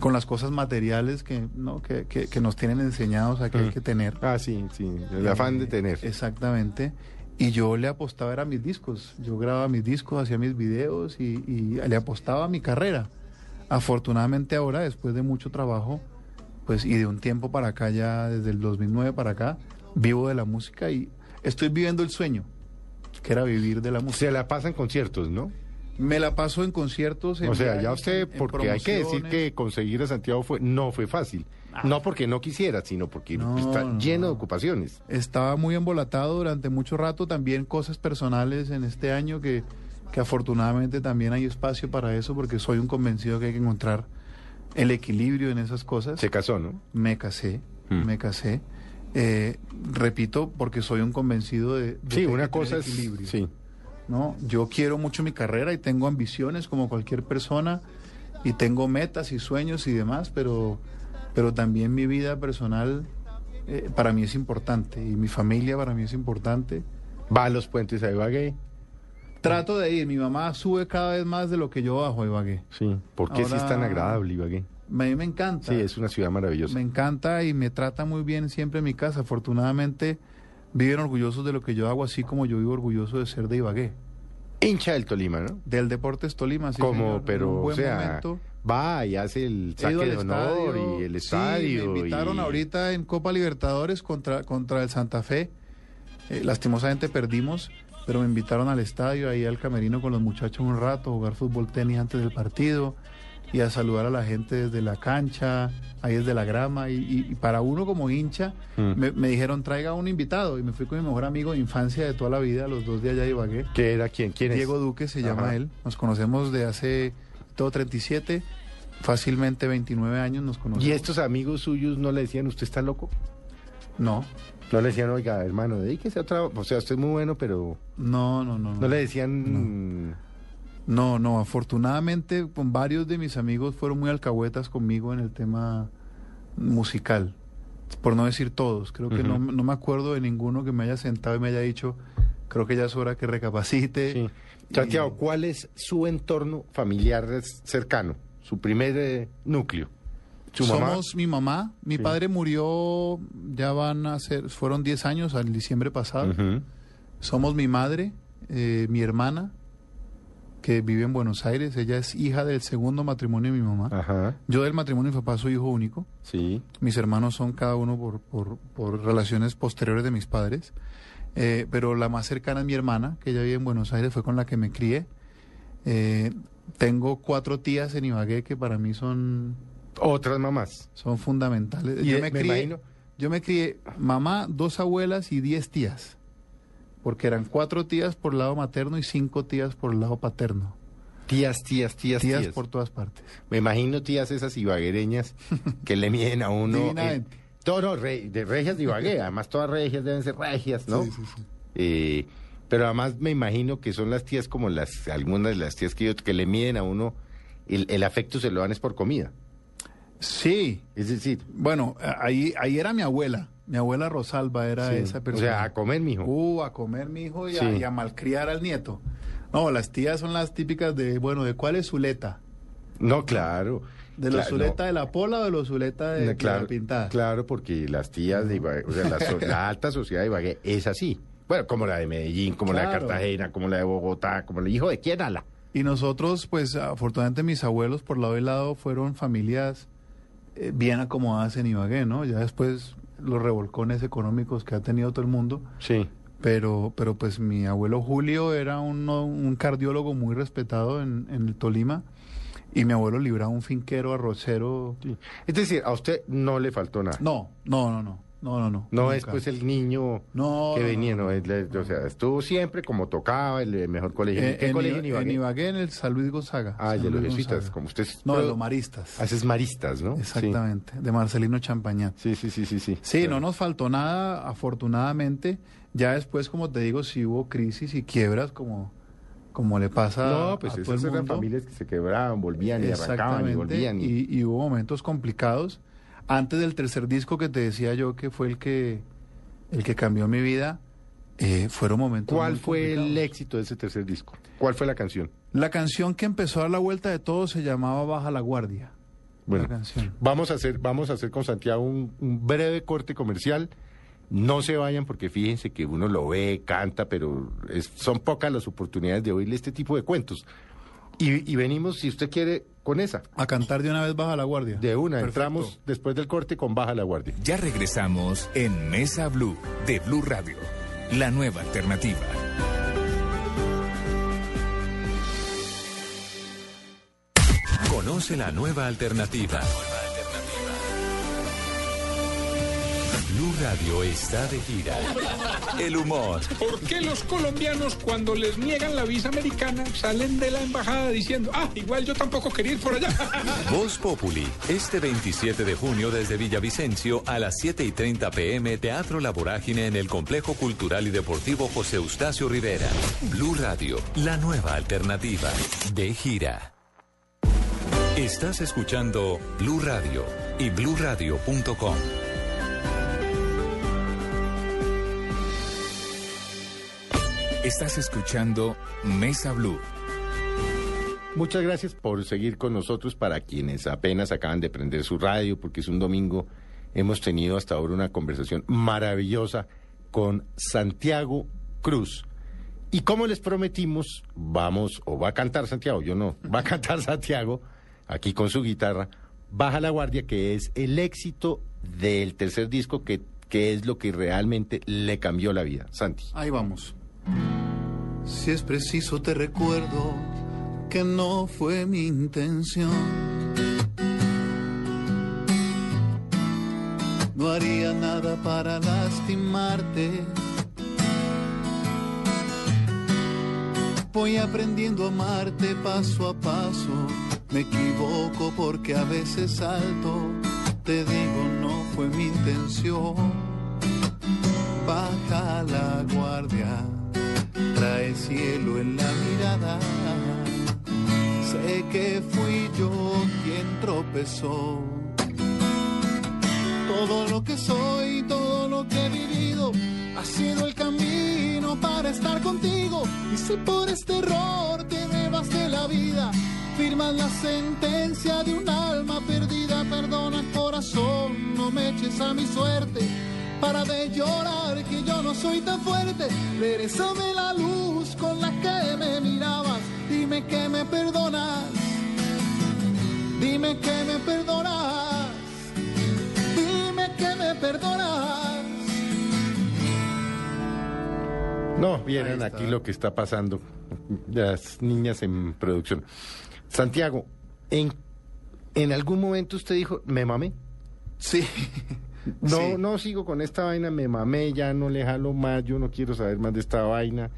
Speaker 2: con las cosas materiales que, ¿no? que, que- que nos tienen enseñados a que hay que tener.
Speaker 3: Ah, sí, sí, el afán de tener.
Speaker 2: Exactamente. Y yo le apostaba era a mis discos. Yo grababa mis discos, hacía mis videos y, y le apostaba a mi carrera. Afortunadamente ahora, después de mucho trabajo, pues y de un tiempo para acá, ya desde el 2009 para acá, vivo de la música y estoy viviendo el sueño, que era vivir de la música.
Speaker 3: Se la pasan conciertos, ¿no?
Speaker 2: Me la paso en conciertos. en
Speaker 3: O sea, ya
Speaker 2: viajes,
Speaker 3: usted,
Speaker 2: en- en
Speaker 3: porque hay que decir
Speaker 2: promociones. Ah.
Speaker 3: que conseguir a Santiago fue, no fue fácil. No porque no quisiera, sino porque
Speaker 2: No,
Speaker 3: está
Speaker 2: no,
Speaker 3: lleno de
Speaker 2: no.
Speaker 3: ocupaciones.
Speaker 2: Estaba muy embolatado durante mucho rato. También cosas personales en este año que, que afortunadamente también hay espacio para eso, porque soy un convencido que hay que encontrar el equilibrio en esas cosas.
Speaker 3: Se casó, ¿no?
Speaker 2: Me casé,
Speaker 3: Mm.
Speaker 2: me casé. Eh, repito, porque soy un convencido de. de que hay
Speaker 3: Sí,
Speaker 2: que
Speaker 3: una
Speaker 2: tener
Speaker 3: cosa es...
Speaker 2: equilibrio.
Speaker 3: Sí.
Speaker 2: ¿no? Yo quiero mucho mi carrera y tengo ambiciones como cualquier persona y tengo metas y sueños y demás, pero, pero también mi vida personal eh, para mí es importante y mi familia para mí es importante.
Speaker 3: Va a los puentes a Ibagué.
Speaker 2: Trato de ir, mi mamá sube cada vez más de lo que yo bajo a Ibagué.
Speaker 3: Sí. ¿Por qué sí es tan
Speaker 2: Ahora-
Speaker 3: agradable Ibagué?
Speaker 2: A mí me encanta.
Speaker 3: Sí, es una ciudad maravillosa.
Speaker 2: Me encanta y me trata muy bien siempre en mi casa. Afortunadamente viven orgullosos de lo que yo hago, así como yo vivo orgulloso de ser de Ibagué.
Speaker 3: Hincha del Tolima, ¿no?
Speaker 2: Del Deportes Tolima, sí,
Speaker 3: Como,
Speaker 2: señor. En un
Speaker 3: pero, o
Speaker 2: buen
Speaker 3: sea,
Speaker 2: momento.
Speaker 3: va y hace el
Speaker 2: He
Speaker 3: saque
Speaker 2: ido al
Speaker 3: de honor
Speaker 2: estadio,
Speaker 3: y el
Speaker 2: sí,
Speaker 3: estadio.
Speaker 2: me invitaron
Speaker 3: y-
Speaker 2: ahorita en Copa Libertadores contra, contra el Santa Fe. Eh, lastimosamente perdimos, pero me invitaron al estadio, ahí al camerino con los muchachos un rato, a jugar fútbol tenis antes del partido y a saludar a la gente desde la cancha, ahí desde la grama. Y, y- y para uno como hincha,
Speaker 3: Mm.
Speaker 2: me, me dijeron traiga un invitado. Y me fui con mi mejor amigo de infancia de toda la vida, los dos de allá de Ibagué.
Speaker 3: ¿Qué era quién? ¿Quién es?
Speaker 2: Diego Duque se llama
Speaker 3: Ajá.
Speaker 2: él. Nos conocemos de hace todo 37, fácilmente 29 años nos conocemos.
Speaker 3: ¿Y estos amigos suyos no le decían, usted está loco?
Speaker 2: No,
Speaker 3: No le decían, oiga, hermano, dedíquese a otra... O sea, usted es muy bueno, pero...
Speaker 2: no, no, no.
Speaker 3: No le decían...
Speaker 2: No, no, afortunadamente con varios de mis amigos fueron muy alcahuetas conmigo en el tema musical, por no decir todos. Creo que no, no me acuerdo de ninguno que me haya sentado y me haya dicho, creo que ya es hora que recapacite.
Speaker 3: Sí. Santiago, ¿cuál es su entorno familiar res- cercano? Su primer eh, núcleo. Su
Speaker 2: Somos
Speaker 3: mamá.
Speaker 2: mi mamá. Mi
Speaker 3: Sí.
Speaker 2: padre murió, ya van a ser, fueron 10 años, al diciembre pasado.
Speaker 3: Ujú.
Speaker 2: Somos mi madre, eh, mi hermana, que vive en Buenos Aires. Ella es hija del segundo matrimonio de mi mamá.
Speaker 3: Ajá.
Speaker 2: Yo del matrimonio de mi papá soy hijo único.
Speaker 3: Sí.
Speaker 2: Mis hermanos son cada uno por, por- por relaciones posteriores de mis padres. Eh, pero la más cercana es mi hermana, que ella vive en Buenos Aires, fue con la que me crié. Eh, tengo cuatro tías en Ibagué que para mí son,
Speaker 3: Otras mamás.
Speaker 2: son fundamentales.
Speaker 3: Y, eh,
Speaker 2: yo, me
Speaker 3: me
Speaker 2: crié,
Speaker 3: imagino-
Speaker 2: yo me crié mamá, dos abuelas y diez tías. Porque eran cuatro tías por lado materno y cinco tías por lado paterno.
Speaker 3: Tías, tías, tías, tías.
Speaker 2: Tías, por todas partes.
Speaker 3: Me imagino tías esas ibaguereñas que le miden a uno. eh,
Speaker 2: Divinamente.
Speaker 3: todo no, re- de regias de Ibagué. Además, todas regias deben ser regias, ¿no?
Speaker 2: Sí, sí, sí.
Speaker 3: Eh, pero además me imagino que son las tías como las algunas de las tías que, yo- que le miden a uno el, el afecto se lo dan es por comida.
Speaker 2: Sí,
Speaker 3: Es decir,
Speaker 2: Bueno, a- ahí, ahí era mi abuela. Mi abuela Rosalba era
Speaker 3: sí.
Speaker 2: esa
Speaker 3: o
Speaker 2: persona.
Speaker 3: sea, a comer, mijo.
Speaker 2: Uh, a comer mi hijo y, a,
Speaker 3: Sí.
Speaker 2: y a malcriar al nieto. No, las tías son las típicas de, bueno, ¿de cuál es Zuleta?
Speaker 3: No, claro.
Speaker 2: ¿De
Speaker 3: Cla-
Speaker 2: los Zuleta
Speaker 3: no.
Speaker 2: de la Pola o de los Zuleta de,
Speaker 3: No,
Speaker 2: de
Speaker 3: claro,
Speaker 2: la Pintada?
Speaker 3: Claro, porque las tías de Ibagué, o sea, la, so- la alta sociedad de Ibagué es así. Bueno, como la de Medellín, como la de
Speaker 2: Claro.
Speaker 3: Cartagena, como la de Bogotá, como el hijo de quién, ala.
Speaker 2: Y nosotros, pues, afortunadamente mis abuelos por lado y lado fueron familias eh, bien acomodadas en Ibagué, ¿no? Ya después los revolcones económicos que ha tenido todo el mundo.
Speaker 3: Sí.
Speaker 2: Pero, pero pues mi abuelo Julio era uno- un cardiólogo muy respetado en, en el Tolima y mi abuelo Libra un finquero arrocero.
Speaker 3: Es decir, a usted no le faltó nada.
Speaker 2: No, no, no, no. No, no, no.
Speaker 3: No
Speaker 2: nunca.
Speaker 3: es pues el niño
Speaker 2: No,
Speaker 3: que
Speaker 2: no,
Speaker 3: venía, no, es la- o sea, estuvo siempre como tocaba, el eh, mejor colegio.
Speaker 2: Eh,
Speaker 3: ¿Qué
Speaker 2: en,
Speaker 3: colegio
Speaker 2: Iba- en Ibagué, en el San Luis Gonzaga.
Speaker 3: Ah, el de
Speaker 2: San
Speaker 3: los
Speaker 2: Luis
Speaker 3: jesuitas,
Speaker 2: Gonzaga.
Speaker 3: como ustedes.
Speaker 2: No, de
Speaker 3: pero
Speaker 2: los maristas.
Speaker 3: Haces maristas, ¿no? Sí.
Speaker 2: Exactamente, de Marcelino Champañán.
Speaker 3: Sí, sí, sí, sí, sí.
Speaker 2: Sí,
Speaker 3: Pero-
Speaker 2: no nos faltó nada, afortunadamente. Ya después, como te digo, sí hubo crisis y quiebras, como, como le pasa
Speaker 3: No, pues
Speaker 2: a todo el
Speaker 3: esas eran
Speaker 2: mundo.
Speaker 3: familias que se quebraban, volvían y arrancaban y volvían. Y...
Speaker 2: y- y hubo momentos complicados. Antes del tercer disco que te decía yo, que fue el que, el que cambió mi vida, eh, fueron momentos
Speaker 3: ¿Cuál
Speaker 2: muy
Speaker 3: fue el
Speaker 2: complicados.
Speaker 3: éxito de ese tercer disco? ¿Cuál fue la canción?
Speaker 2: La canción que empezó a dar la vuelta de todo se llamaba Baja la Guardia.
Speaker 3: Bueno,
Speaker 2: La canción.
Speaker 3: vamos a hacer, vamos a hacer con Santiago un, un breve corte comercial. No se vayan porque fíjense que uno lo ve, canta, pero es- son pocas las oportunidades de oírle este tipo de cuentos. Y, y venimos, si usted quiere, con esa.
Speaker 2: A cantar de una vez Baja la Guardia.
Speaker 3: De una,
Speaker 2: Perfecto.
Speaker 3: entramos después del corte con Baja la Guardia.
Speaker 5: Ya regresamos en Mesa Blue de Blue Radio, la nueva alternativa.
Speaker 1: Conoce la nueva alternativa. Blue Radio está de gira. El humor,
Speaker 6: ¿Por qué los colombianos cuando les niegan la visa americana salen de la embajada diciendo, ah, igual yo tampoco quería ir por allá?
Speaker 1: Voz Populi, este 27 de junio desde Villavicencio a las 7 y 30 pm, Teatro La Vorágine en el Complejo Cultural y Deportivo José Eustacio Rivera. Blue Radio, la nueva alternativa, de gira. Estás escuchando Blue Radio y bluradio.com.
Speaker 5: Estás escuchando Mesa Blue.
Speaker 3: Muchas gracias por seguir con nosotros para quienes apenas acaban de prender su radio, porque es un domingo. Hemos tenido hasta ahora una conversación maravillosa con Santiago Cruz. Y como les prometimos, vamos, o va a cantar Santiago, yo no, va a cantar Santiago, aquí con su guitarra, Baja la Guardia, que es el éxito del tercer disco, que, que es lo que realmente le cambió la vida. Santi.
Speaker 2: Ahí vamos.
Speaker 7: Si es preciso te recuerdo que no fue mi intención. No haría nada para lastimarte. Voy aprendiendo a amarte paso a paso. Me equivoco porque a veces salto. Te digo, no fue mi intención. Baja la guardia trae cielo en la mirada. Sé que fui yo quien tropezó. Todo lo que soy, todo lo que he vivido, ha sido el camino para estar contigo. Y si por este error te debas de la vida, firmas la sentencia de un alma perdida. Perdona corazón, no me eches a mi suerte para de llorar que yo no soy tan fuerte. Regresame la luz con la que me mirabas. Dime que me perdonas. Dime que me perdonas. Dime que me perdonas.
Speaker 3: No, vieran aquí lo que está pasando. Las niñas en producción. Santiago, en, en algún momento usted dijo, me mamé.
Speaker 2: Sí.
Speaker 3: No,
Speaker 2: Sí.
Speaker 3: no sigo con esta vaina, me mamé, ya no le jalo más, yo no quiero saber más de esta vaina.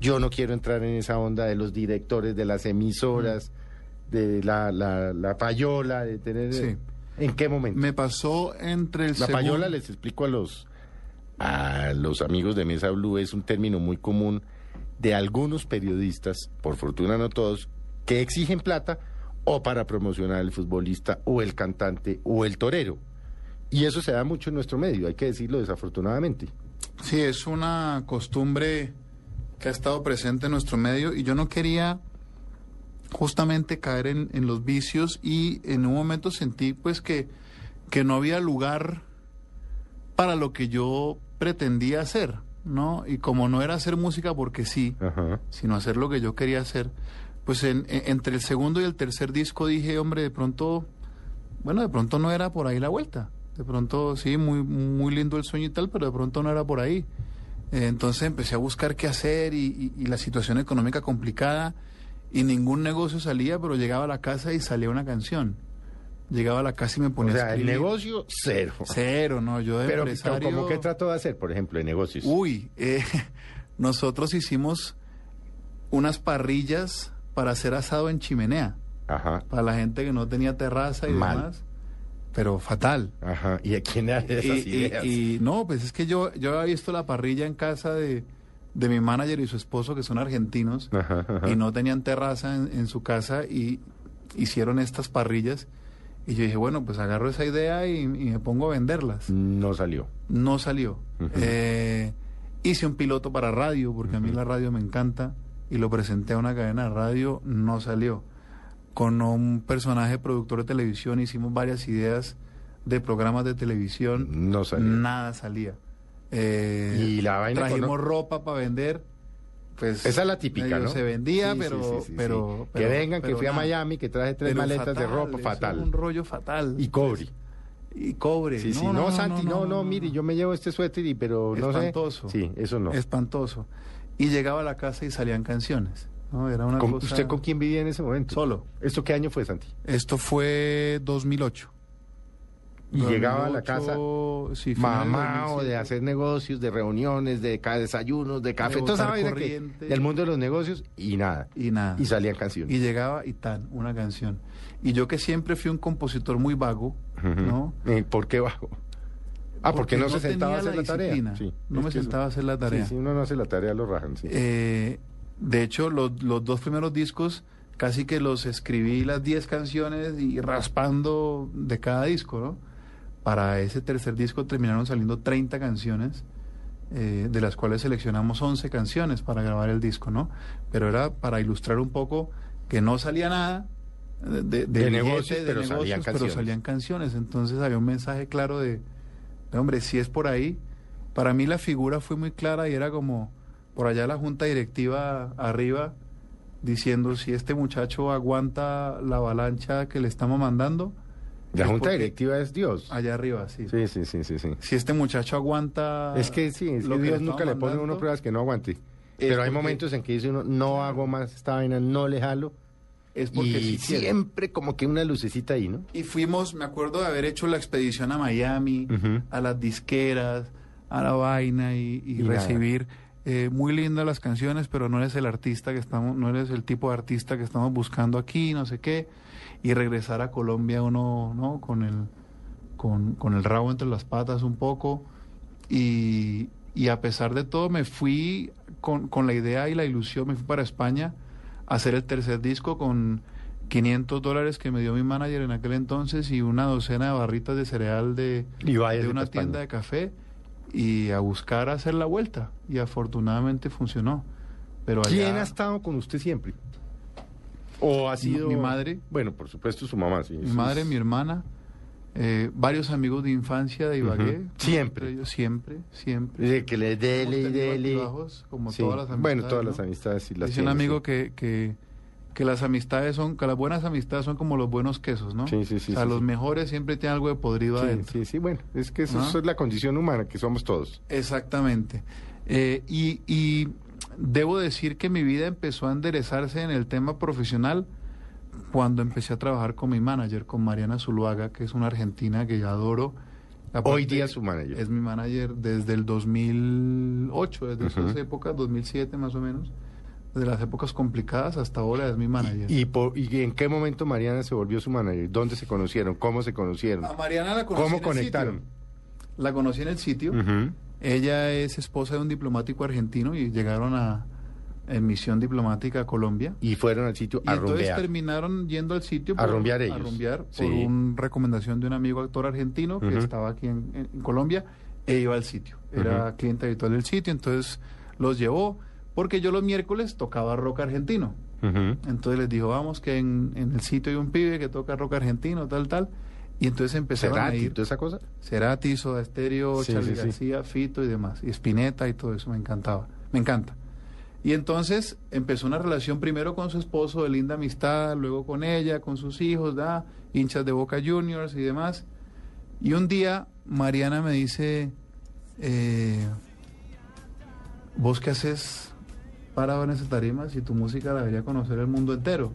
Speaker 3: Yo no quiero entrar en esa onda de los directores, de las emisoras, de la, la, la payola, de tener...
Speaker 2: Mm. Sí.
Speaker 3: ¿En qué momento?
Speaker 2: Me pasó entre el
Speaker 3: La
Speaker 2: segundo-
Speaker 3: payola, les explico a los, a los amigos de Mesa Blue, es un término muy común de algunos periodistas, por fortuna no todos, que exigen plata o para promocionar al futbolista o el cantante o el torero. Y eso se da mucho en nuestro medio, hay que decirlo desafortunadamente.
Speaker 2: Sí, es una costumbre que ha estado presente en nuestro medio y yo no quería justamente caer en, en los vicios y en un momento sentí pues que, que no había lugar para lo que yo pretendía hacer, ¿no? Y como no era hacer música porque sí,
Speaker 3: Ajá.
Speaker 2: sino hacer lo que yo quería hacer, pues en- en- entre el segundo y el tercer disco dije, hombre, de pronto, bueno, de pronto no era por ahí la vuelta. De pronto, sí, muy, muy lindo el sueño y tal, pero de pronto no era por ahí. Eh, entonces empecé a buscar qué hacer y, y- y la situación económica complicada y ningún negocio salía, pero llegaba a la casa y salía una canción. Llegaba a la casa y me
Speaker 3: O
Speaker 2: ponía a
Speaker 3: sea, el
Speaker 2: escribir.
Speaker 3: negocio cero.
Speaker 2: Cero, no, yo de
Speaker 3: Pero
Speaker 2: empresario...
Speaker 3: como que trato de hacer, por ejemplo, de negocios.
Speaker 2: Uy, eh, nosotros hicimos unas parrillas para hacer asado en chimenea,
Speaker 3: Ajá,
Speaker 2: para la gente que no tenía terraza y
Speaker 3: Mal.
Speaker 2: demás, pero fatal.
Speaker 3: ajá. ¿Y a quién le dan
Speaker 2: Y,
Speaker 3: esas
Speaker 2: y-
Speaker 3: ideas?
Speaker 2: y no, pues es que yo, yo había visto la parrilla en casa de, de mi manager y su esposo, que son argentinos,
Speaker 3: Ajá, ajá.
Speaker 2: y no tenían terraza en, en su casa y hicieron estas parrillas. Y yo dije, bueno, pues agarro esa idea y, y me pongo a venderlas.
Speaker 3: No salió.
Speaker 2: No salió. Eh, hice un piloto para radio, porque a mí la radio me encanta, y lo presenté a una cadena de radio, no salió. Con un personaje productor de televisión hicimos varias ideas de programas de televisión,
Speaker 3: No salió.
Speaker 2: nada salía. Eh,
Speaker 3: Y la vaina
Speaker 2: Trajimos
Speaker 3: con-
Speaker 2: ropa para vender. Pues,
Speaker 3: Esa es la típica,
Speaker 2: medio
Speaker 3: ¿no?
Speaker 2: Se vendía,
Speaker 3: Sí, sí,
Speaker 2: pero,
Speaker 3: sí, sí, sí.
Speaker 2: pero,
Speaker 3: Que
Speaker 2: pero-
Speaker 3: vengan, que
Speaker 2: pero
Speaker 3: fui a
Speaker 2: nada.
Speaker 3: Miami, que traje tres
Speaker 2: Pero
Speaker 3: maletas de
Speaker 2: fatal,
Speaker 3: ropa,
Speaker 2: eso
Speaker 3: fatal.
Speaker 2: era Un rollo fatal.
Speaker 3: Y cobre.
Speaker 2: Y cobre.
Speaker 3: Sí, sí, no, Santi, no, no, mire, yo me llevo este suéter y pero no
Speaker 2: Espantoso.
Speaker 3: sé. Sí, eso no.
Speaker 2: Espantoso. Y llegaba a la casa y salían canciones. ¿no? Era una
Speaker 3: ¿Con-
Speaker 2: cosa-
Speaker 3: ¿Usted con quién vivía en ese momento?
Speaker 2: Solo.
Speaker 3: ¿Esto qué año fue, Santi?
Speaker 2: Esto fue 2008.
Speaker 3: Y llegaba a la casa
Speaker 2: 2008, sí, finales de
Speaker 3: mamá o de
Speaker 2: 2007.
Speaker 3: hacer negocios, de reuniones, de ca- desayunos, de café,
Speaker 2: De
Speaker 3: toda esa
Speaker 2: botar
Speaker 3: vaina que-
Speaker 2: corriente.
Speaker 3: del mundo de los negocios y nada.
Speaker 2: Y nada.
Speaker 3: Y salían canciones.
Speaker 2: Y llegaba y tan, una canción. Y yo que siempre fui un compositor muy vago, ¿no?
Speaker 3: Eh, ¿Por qué bajo? Ah,
Speaker 2: Porque
Speaker 3: porque, no,
Speaker 2: no
Speaker 3: se sentaba a
Speaker 2: tenía
Speaker 3: hacer
Speaker 2: la
Speaker 3: la, tarea.
Speaker 2: disciplina. No
Speaker 3: es
Speaker 2: me
Speaker 3: que eso-
Speaker 2: sentaba a hacer la tarea.
Speaker 3: Sí, si uno no hace la tarea, lo rajan. sí.
Speaker 2: Eh, de hecho, los, los dos primeros discos casi que los escribí las 10 canciones y raspando de cada disco, ¿no? Para ese tercer disco terminaron saliendo 30 canciones, eh, de las cuales seleccionamos 11 canciones para grabar el disco, ¿no? Pero era para ilustrar un poco que no salía nada de, de-
Speaker 3: De
Speaker 2: billete,
Speaker 3: negocios, pero salían
Speaker 2: pero
Speaker 3: canciones.
Speaker 2: salían canciones. Entonces había un mensaje claro de, de, hombre, si es por ahí. Para mí la figura fue muy clara y era como por allá la junta directiva arriba diciendo si este muchacho aguanta la avalancha que le estamos mandando
Speaker 3: la
Speaker 2: es
Speaker 3: junta
Speaker 2: porque-
Speaker 3: directiva es Dios.
Speaker 2: allá arriba, sí.
Speaker 3: Sí, sí, sí, sí, sí.
Speaker 2: Si este muchacho aguanta
Speaker 3: Es que sí, es
Speaker 2: Ah, lo
Speaker 3: que
Speaker 2: que
Speaker 3: Dios
Speaker 2: estamos
Speaker 3: nunca le pone a uno
Speaker 2: mandando,
Speaker 3: pruebas que no aguante. Pero hay
Speaker 2: porque-
Speaker 3: momentos en que dice uno, no hago más esta vaina, no le jalo.
Speaker 2: es porque
Speaker 3: Y
Speaker 2: sí quiere.
Speaker 3: siempre como que una lucecita ahí, ¿no?
Speaker 2: Y fuimos, me acuerdo de haber hecho la expedición a Miami,
Speaker 3: Ujú.
Speaker 2: a las disqueras, a la vaina y, y
Speaker 3: Y nada.
Speaker 2: recibir eh, muy lindas las canciones, pero no eres el artista que estamos, no eres el tipo de artista que estamos buscando aquí, no sé qué, y regresar a Colombia uno, ¿no? Con el con, con el rabo entre las patas un poco y, y a pesar de todo me fui con, con la idea y la ilusión, me fui para España a hacer el tercer disco con 500 dólares que me dio mi manager en aquel entonces y una docena de barritas de cereal de,
Speaker 3: Y váyase
Speaker 2: de una
Speaker 3: pa' España.
Speaker 2: tienda de café y a buscar hacer la vuelta y afortunadamente funcionó. Pero allá,
Speaker 3: ¿Quién ha estado con usted siempre? ¿O ha
Speaker 2: Mi-
Speaker 3: sido...?
Speaker 2: mi madre.
Speaker 3: Bueno, por supuesto, su mamá. Sí,
Speaker 2: mi madre, mi hermana, eh, varios amigos de infancia de Ibagué.
Speaker 3: Ujú. Siempre.
Speaker 2: Entre ellos, siempre, siempre.
Speaker 3: De que le dele y
Speaker 2: Hemos tenido
Speaker 3: dele.
Speaker 2: altibajos, como
Speaker 3: Sí,
Speaker 2: todas las amistades,
Speaker 3: Bueno, todas
Speaker 2: ¿no?
Speaker 3: las amistades sí las
Speaker 2: Dice un
Speaker 3: tiene,
Speaker 2: amigo
Speaker 3: sí.
Speaker 2: que, que, que las amistades son, que las buenas amistades son como los buenos quesos, ¿no?
Speaker 3: Sí, sí, sí,
Speaker 2: O sea,
Speaker 3: sí,
Speaker 2: los
Speaker 3: sí.
Speaker 2: mejores siempre tienen algo de podrido
Speaker 3: Sí,
Speaker 2: adentro.
Speaker 3: sí, sí, bueno, es que eso,
Speaker 2: Ajá.
Speaker 3: eso es la condición humana que somos todos.
Speaker 2: Exactamente. Eh, y, y debo decir que mi vida empezó a enderezarse en el tema profesional cuando empecé a trabajar con mi manager, con Mariana Zuluaga, que es una argentina que yo adoro.
Speaker 3: Hoy
Speaker 2: Aparte,
Speaker 3: día es su manager.
Speaker 2: Es mi manager desde el 2008, desde esas épocas, 2007 más o menos. Desde las épocas complicadas hasta ahora es mi manager.
Speaker 3: ¿Y, por- y en qué momento Mariana se volvió su manager? ¿Dónde se conocieron? ¿Cómo se conocieron?
Speaker 2: a Mariana la conocí
Speaker 3: ¿Cómo
Speaker 2: Ah, pues en el sitio.
Speaker 3: conectaron?
Speaker 2: La conocí en el sitio.
Speaker 3: Ujú.
Speaker 2: Ella es esposa de un diplomático argentino y llegaron a en misión diplomática a Colombia.
Speaker 3: Y fueron al sitio
Speaker 2: Y
Speaker 3: a
Speaker 2: entonces
Speaker 3: rumbear.
Speaker 2: terminaron yendo al sitio
Speaker 3: A rumbear ellos.
Speaker 2: a rumbear por
Speaker 3: Sí.
Speaker 2: una recomendación de un amigo actor argentino que
Speaker 3: Ujú.
Speaker 2: estaba aquí en, en Colombia e iba al sitio. Era cliente habitual del sitio, entonces los llevó porque yo los miércoles tocaba rock argentino.
Speaker 3: Ujú.
Speaker 2: Entonces les dijo, vamos, que en, en el sitio hay un pibe que toca rock argentino, tal, tal. Y entonces empezaron a
Speaker 3: Cerati,
Speaker 2: ir.
Speaker 3: toda esa cosa?
Speaker 2: Cerati, Soda Estéreo,
Speaker 3: Sí,
Speaker 2: Charlie
Speaker 3: sí, sí.
Speaker 2: García, Fito y demás. Y Spinetta y todo eso, me encantaba. Me encanta. Y entonces empezó una relación primero con su esposo de linda amistad, luego con ella, con sus hijos, da, hinchas de Boca Juniors y demás. Y un día Mariana me dice, eh, ¿vos qué haces parado en esa tarima si tu música la debería conocer el mundo entero?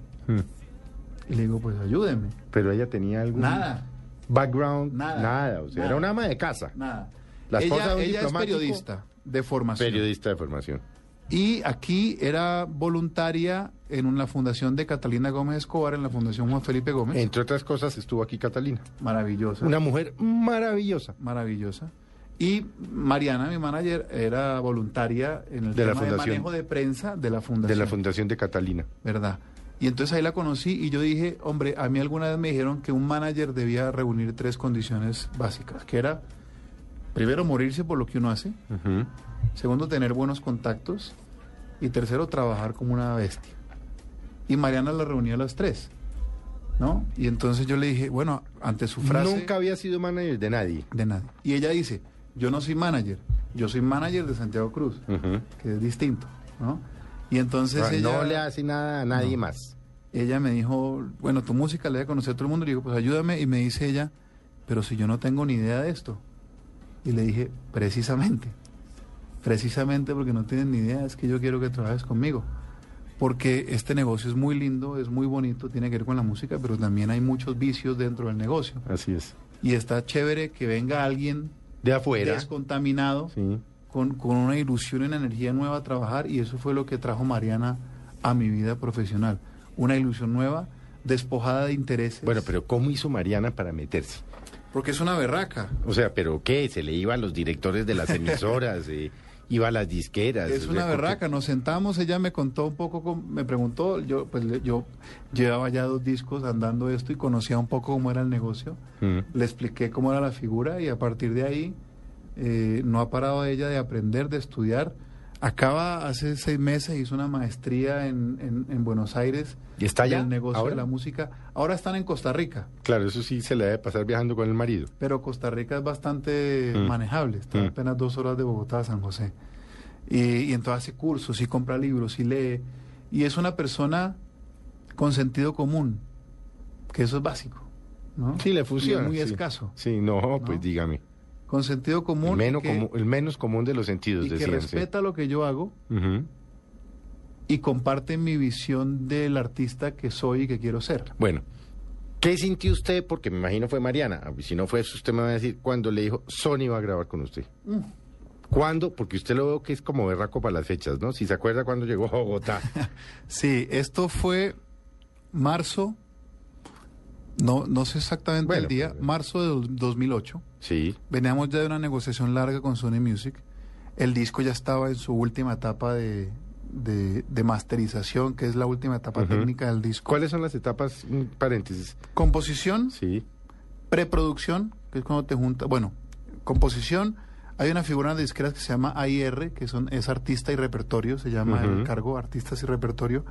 Speaker 2: Y le digo, pues ayúdeme.
Speaker 3: Pero ella tenía algún
Speaker 2: Nada.
Speaker 3: background, nada.
Speaker 2: Nada.
Speaker 3: o sea,
Speaker 2: Nada.
Speaker 3: era una ama de casa,
Speaker 2: Nada.
Speaker 3: La esposa
Speaker 2: ella
Speaker 3: de un
Speaker 2: ella es
Speaker 3: diplomático.
Speaker 2: periodista de formación.
Speaker 3: periodista de formación.
Speaker 2: Y aquí era voluntaria en un- la fundación de Catalina Gómez Escobar, en la fundación Juan Felipe Gómez.
Speaker 3: Entre otras cosas, estuvo aquí Catalina,
Speaker 2: Maravillosa.
Speaker 3: una mujer maravillosa.
Speaker 2: Maravillosa. Y Mariana, mi manager, era voluntaria en el
Speaker 3: De la
Speaker 2: tema de
Speaker 3: fundación.
Speaker 2: manejo de prensa de la fundación.
Speaker 3: De la fundación de Catalina.
Speaker 2: ¿Verdad? Y entonces ahí la conocí y yo dije, hombre, a mí alguna vez me dijeron que un manager debía reunir tres condiciones básicas, que era, primero, morirse por lo que uno hace, segundo, tener buenos contactos y tercero, trabajar como una bestia. Y Mariana la reunió a las tres, ¿no? Y entonces yo le dije, bueno, ante su frase
Speaker 3: Nunca había sido manager de nadie.
Speaker 2: de nadie. Y ella dice, yo no soy manager, yo soy manager de Santiago Cruz, que es distinto, ¿no? Y entonces
Speaker 3: Ah,
Speaker 2: ella...
Speaker 3: Mm. No le hace nada a nadie más.
Speaker 2: ella me dijo, bueno, tu música la debe conocer todo el mundo. Le digo, pues ayúdame. Y me dice ella, pero si yo no tengo ni idea de esto. Y le dije, precisamente, precisamente porque no tienen ni idea, es que yo quiero que trabajes conmigo. Porque este negocio es muy lindo, es muy bonito, tiene que ver con la música, pero también hay muchos vicios dentro del negocio.
Speaker 3: Así es.
Speaker 2: Y está chévere que venga alguien
Speaker 3: De afuera.
Speaker 2: descontaminado,
Speaker 3: Sí.
Speaker 2: con, con una ilusión y una energía nueva a trabajar y eso fue lo que trajo Mariana a mi vida profesional. Una ilusión nueva, despojada de intereses.
Speaker 3: Bueno, pero ¿cómo hizo Mariana para meterse?
Speaker 2: Porque es una berraca.
Speaker 3: O sea, ¿pero qué? ¿Se le iba a los directores de las emisoras? eh, ¿Iba a las disqueras?
Speaker 2: Es
Speaker 3: O sea,
Speaker 2: una berraca, nos sentamos, ella me contó un poco, cómo- me preguntó, yo pues le- yo llevaba ya dos discos andando esto y conocía un poco cómo era el negocio,
Speaker 3: Mm.
Speaker 2: le expliqué cómo era la figura y a partir de ahí eh, no ha parado ella de aprender, de estudiar. Acaba hace seis meses, hizo una maestría en, en- en Buenos Aires.
Speaker 3: ¿Y está allá
Speaker 2: Del negocio
Speaker 3: ahora?
Speaker 2: de la música. Ahora están en Costa Rica,
Speaker 3: Claro, eso sí se le debe pasar viajando con el marido.
Speaker 2: pero Costa Rica es bastante
Speaker 3: Mm.
Speaker 2: manejable. Está
Speaker 3: Mm.
Speaker 2: apenas dos horas de Bogotá a San José. Y, y entonces hace cursos, y compra libros, y lee. Y es una persona con sentido común, que eso es básico. ¿no?
Speaker 3: Sí,
Speaker 2: Y
Speaker 3: le
Speaker 2: es
Speaker 3: funciona.
Speaker 2: muy
Speaker 3: sí.
Speaker 2: escaso.
Speaker 3: Sí, no, pues
Speaker 2: ¿No?
Speaker 3: dígame.
Speaker 2: Con sentido
Speaker 3: El
Speaker 2: común.
Speaker 3: menos,
Speaker 2: que-
Speaker 3: común, el menos común de los sentidos,
Speaker 2: y que
Speaker 3: decían, sí.
Speaker 2: respeta lo que yo hago
Speaker 3: Ujú.
Speaker 2: y comparte mi visión del artista que soy y que quiero ser.
Speaker 3: Bueno, ¿qué sintió usted? Porque me imagino fue Mariana. Ah, Si no fue eso, usted me va a decir cuándo le dijo Sony va a grabar con usted.
Speaker 2: Mm.
Speaker 3: ¿Cuándo? Porque usted lo veo que es como berraco para las fechas, ¿no? Si se acuerda cuando llegó a Bogotá.
Speaker 2: Sí, esto fue marzo, no, no sé exactamente
Speaker 3: Bueno, pues, eh.
Speaker 2: el día,
Speaker 3: pero-
Speaker 2: marzo de dos- 2008.
Speaker 3: Sí.
Speaker 2: Veníamos ya de una negociación larga con Sony Music. El disco ya estaba en su última etapa de, de- de masterización, que es la última etapa
Speaker 3: Ujú.
Speaker 2: técnica del disco.
Speaker 3: ¿Cuáles son las etapas? Mm, Paréntesis.
Speaker 2: Composición,
Speaker 3: Sí.
Speaker 2: preproducción, que es cuando te juntas, bueno, composición, hay una figura de disqueras que se llama AIR, que son, es artista y repertorio, se llama
Speaker 3: Ujú.
Speaker 2: el cargo artistas y repertorio,